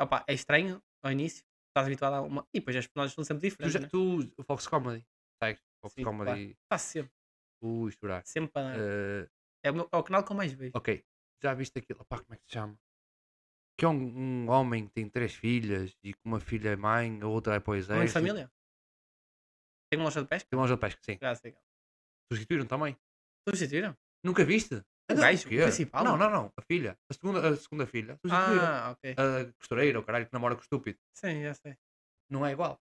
Opa, é estranho ao início, estás habituado a uma. E depois as personagens são sempre
Tu,
diferentes.
já,
né?
tu o Fox Comedy. Sai. Fox
Sim,
Comedy.
Está sempre,
Ui, chorar.
sempre para.
Eh,
É, o meu- é o canal que eu mais vejo.
ok, já viste aquilo? Pá, como é que se chama? Que é um, um homem que tem três filhas e que uma filha é mãe, a outra é para o
Mãe de
exército.
família? Tem uma loja de pesca?
Tem um anjo de pesca, sim.
Graças a Deus. É.
Substituíram também.
Substituíram?
Nunca viste? Ah, não,
gajo, Então, o
quê?
principal? né?
Não, não, não. A filha. A segunda, a segunda filha. Substituíram.
Ah, ok.
a costureira, o caralho que namora com o estúpido.
Sim, já sei.
Não é igual.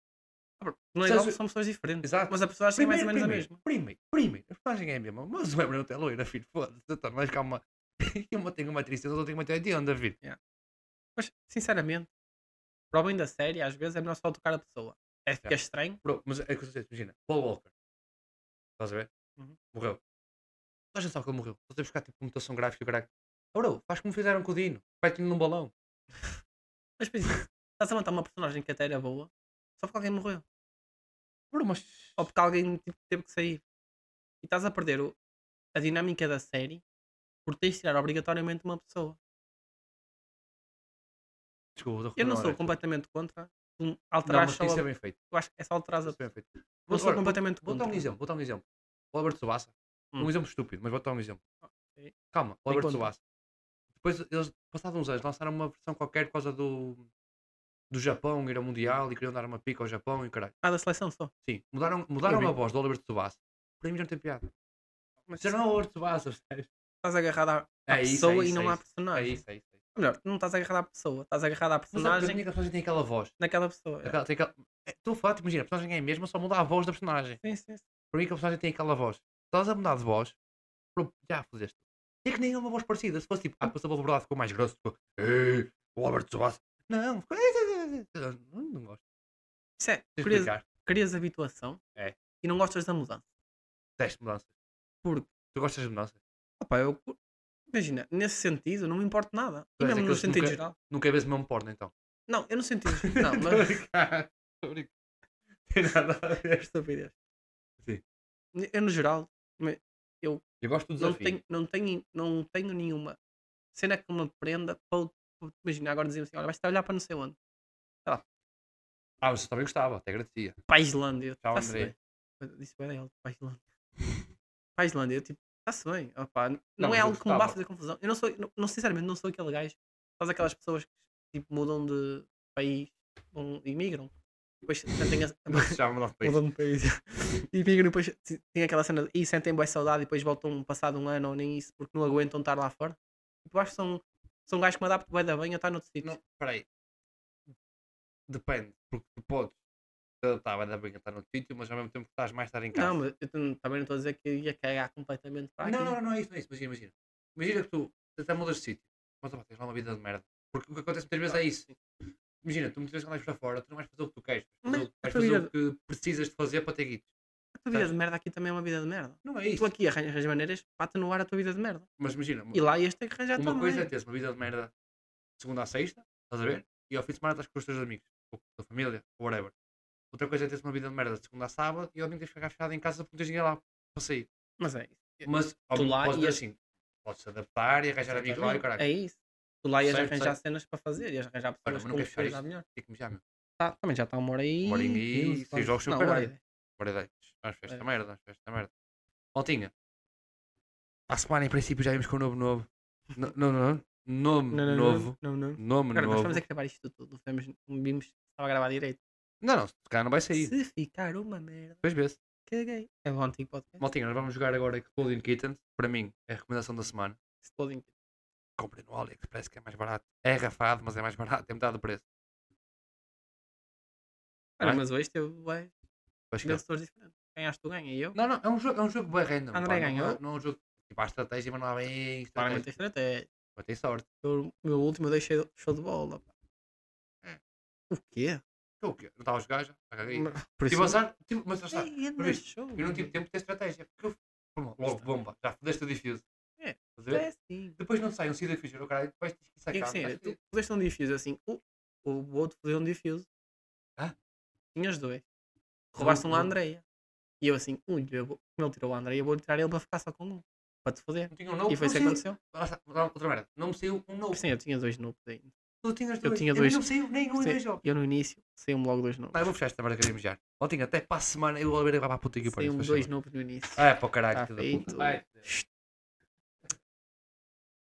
Ah, bro, Não é
Sabes
igual,
o-
são pessoas diferentes.
Exato.
Mas a personagem é mais ou menos a
primeiro,
mesma.
primeiro, primeiro. A personagem é a mesma. Mas o Embrão é loira, filho. Foda-se. Então, mas calma. Uma tem uma tristeza, outra tem uma de onda, filho.
Mas, sinceramente, para o bem da série, às vezes é melhor só tocar a pessoa. É fica
Yeah.
estranho.
Bro, mas é que eu sei, imagina. Paul Walker. Estás a ver?
Uhum.
Morreu. Toda a gente sabe que ele morreu. Estás a buscar tipo mutação gráfica, caralho. Ah, Bro, faz como fizeram com o Dino. Vai-te num balão.
Mas pensa, estás a matar uma personagem que até era boa, só porque alguém morreu.
Bro, mas. oh,
Ou porque alguém tipo, teve que sair. E estás a perder o- a dinâmica da série por teres de tirar obrigatoriamente uma pessoa.
Desculpa, estou a
Eu não
recordar
sou
agora.
completamente contra. Um,
é, Não,
alterar
mas
só
isso
a-
é bem feito.
Eu acho que é só alterar
Isso
a
é bem feito.
Eu sou
Agora,
completamente
Vou dar um
contra.
exemplo, vou dar um exemplo. O Alberto Subassa.
Hum.
Um exemplo estúpido, mas vou dar um exemplo.
Ok.
Calma, o Alberto
conta.
Subassa. Depois, eles, passados uns anos, lançaram uma versão qualquer por causa do, do Japão ir ao Mundial e queriam dar uma pica ao Japão e caralho.
Ah, da seleção só.
Sim, mudaram, mudaram
vi.
a voz do Alberto Subassa. Para mim já não tem piada.
Mas
Já não é o Alberto Subassa, percebes?
estás agarrado à, à
É isso, é
pessoa Ah, e
isso,
não
é
à
isso. É
personagem.
isso, é isso. é isso.
Ou Melhor, não estás agarrado à pessoa, estás agarrado à
Mas a
personagem
personagem... personagem tem aquela voz.
daquela pessoa.
Aquela- tem aquela- é, Estou a falar, tipo, imagina, a personagem é a mesma, só muda a voz da personagem.
Sim, sim, sim.
Para mim, que a personagem tem aquela voz. Estás a mudar de voz, pronto, já fizeste. É que nem é uma voz parecida. Se fosse tipo, ah, passou pela verdade, ficou mais grosso, ficou, "Ei, o Alberto Sobassa. Não, ficou, "Eh, não, não gosto.
Isso é,
Tens de
querias,
explicar.
querias habituação
É.
e não gostas da mudança.
Teste mudanças.
Porque,
Tu gostas de mudanças?
opa, eu. cu- Imagina, nesse sentido, não me importa nada. E
Tu és
mesmo no
daqueles que
sentido
nunca-
geral.
Nunca vês o mesmo porno, então.
Não, eu no sentido. Não,
Estou a
mas.
brincar, estou a brincar. Tem nada a ver.
Estupidez.
Sim.
Eu, no geral,
Eu gosto do
não
desafio.
tenho, não, tenho, não tenho nenhuma cena que me prenda para. o- para o- Imagina, agora dizia assim: olha, vais trabalhar para não sei onde.
Ah, mas eu também gostava, até agradecia.
Para a Islândia.
Tchau,
Tá-se
André.
bem. Eu Disse bem alto, para a Islândia. Para a Islândia, eu tipo, está-se bem. opá, não,
Não, mas
é
eu
algo que me vá
gostava.
fazer confusão. Eu não sou, não, não, sinceramente, não sou aquele gajo. Faz aquelas pessoas que tipo, mudam de país, vão, imigram. Depois sentem a,
Não se chama nosso país.
mudam de país. e migram e depois se- tem aquela cena de e sentem boa saudade e depois voltam passado um ano ou nem isso porque não aguentam estar lá fora. Tipo, eu acho que são, são gajos que me adaptam bem da bem a estar noutro sítio.
Não, peraí. Depende, porque tu podes te adaptar, ainda bem que está no sítio, mas ao mesmo tempo estás mais a estar em casa.
Não, mas eu tam- também não estou a dizer que ia cagar completamente para
não,
aqui.
não, não, não é isso, não é isso. Imagina, imagina. Imagina que tu até mudas de sítio, mas opa, tens lá uma vida de merda. Porque o que acontece muitas vezes é isso. Imagina, tu muitas vezes andas para fora, tu não vais fazer o que tu queres, vais fazer o-
Mas a
vais
tua
fazer
vida-
o que precisas de fazer para ter guito.
A tua vida
Sabes?
de merda aqui também é uma vida de merda.
Não é isso.
Tu aqui arranjas arranjas maneiras para atenuar a tua vida de merda.
Mas imagina,
E lá tá ias ter que arranjar
uma
também.
coisa é teres uma vida de merda de segunda a sexta, estás a ver? E ao fim de semana estás com os teus amigos, ou com a tua família, ou whatever. Outra coisa é teres uma vida de merda de segunda a sábado e ao domingo tens que ficar fechado em casa porque não tens ninguém lá para sair.
Mas é isso.
Mas ao
Tu
menos
lá
podes dizer
ias-
assim, podes te adaptar e arranjar amigos lá e o caralho.
É isso. Tu lá ias
Certo,
arranjar
certo.
cenas para fazer, ias arranjar
Olha,
pessoas
mas não
com
queres fechar
que
isto?
melhor.
Tem que mijar, meu.
Tá, também já está uma hora aí.
Uma horinha e
quinze,
seis jogos
não,
sem o
uma hora
caralho.
e-
Bora daí. Vamos
É.
festa esta merda, vamos festa esta merda. Maltinha. À semana, em princípio, já vimos com o nome novo. No- Não, não, não. Nome
Não, não,
novo.
Não, não. não.
Nome
Cara, nós
novo.
estamos a gravar isto tudo. Não fizemos- não vimos se estava a gravar direito.
Não, não, se calhar não vai sair.
Se ficar uma merda,
Depois vê-se.
caguei. É o antigo podcast.
Maltinha, nós vamos jogar agora Exploding Kittens. Para mim, é a recomendação da semana.
Exploding.
Comprem no AliExpress que é mais barato. É rafado, mas é mais barato. É metade do preço.
Cara,
Vai.
mas hoje teve ué,
Vais ver.
vencedores diferentes. Ganhaste tu, ganha e eu.
Não, não, é um jogo, é um jogo bem random.
André
pá, Não
ganhou.
é, não é um jogo. Tipo, há estratégia, mas não há bem.
Claramente é
estratégia.
a estratégia.
Mas tem sorte.
Eu, meu último eu deixei show de bola. pá.
Hum.
O quê?
Eu o quê? é, Não estava a jogar já? Já caguei.
Mas- Por
Tive azar, tive, mas lá está.
Ei, é
Tipo, por
no
isso,
show,
Eu não tive
mano.
tempo de ter estratégia. Porque eu. Pum, Logo, bomba. Já fodeste o difuso.
É,
Estás a ver?
É assim.
Depois não sai um Cida Fischer, o caralho. Depois tens que
É que
sacar.
assim,
estás
era,
a
tu
ver?
puseste um difuso assim, o, o outro fez um difuso.
Hã?
Tinhas dois. Roubaste um à
não.
Andreia. E eu assim, ui, eu vou- como ele tirou a Andreia, eu vou tirar ele para ficar só com um. Para te foder.
Não tinha um novo.
e foi isso que
não saiu.
aconteceu.
Lá está, vou dar Outra merda. Não me saiu um novo.
Sim, eu tinha dois noobs ainda.
Tu tinhas
Eu
dois.
tinha
a mim
dois.
Não me saiu nem um e
Sim.
dois jogos.
Eu no início saí-me logo dois noobs.
Tá, eu vou fechar esta merda que eu ia mijar. Maltinho, até para a semana eu vou ver a puta aqui para
Saí-me um dois noobs no início.
Ah, é para o caralho.
Tá
filho da
feito.
puta. Vai.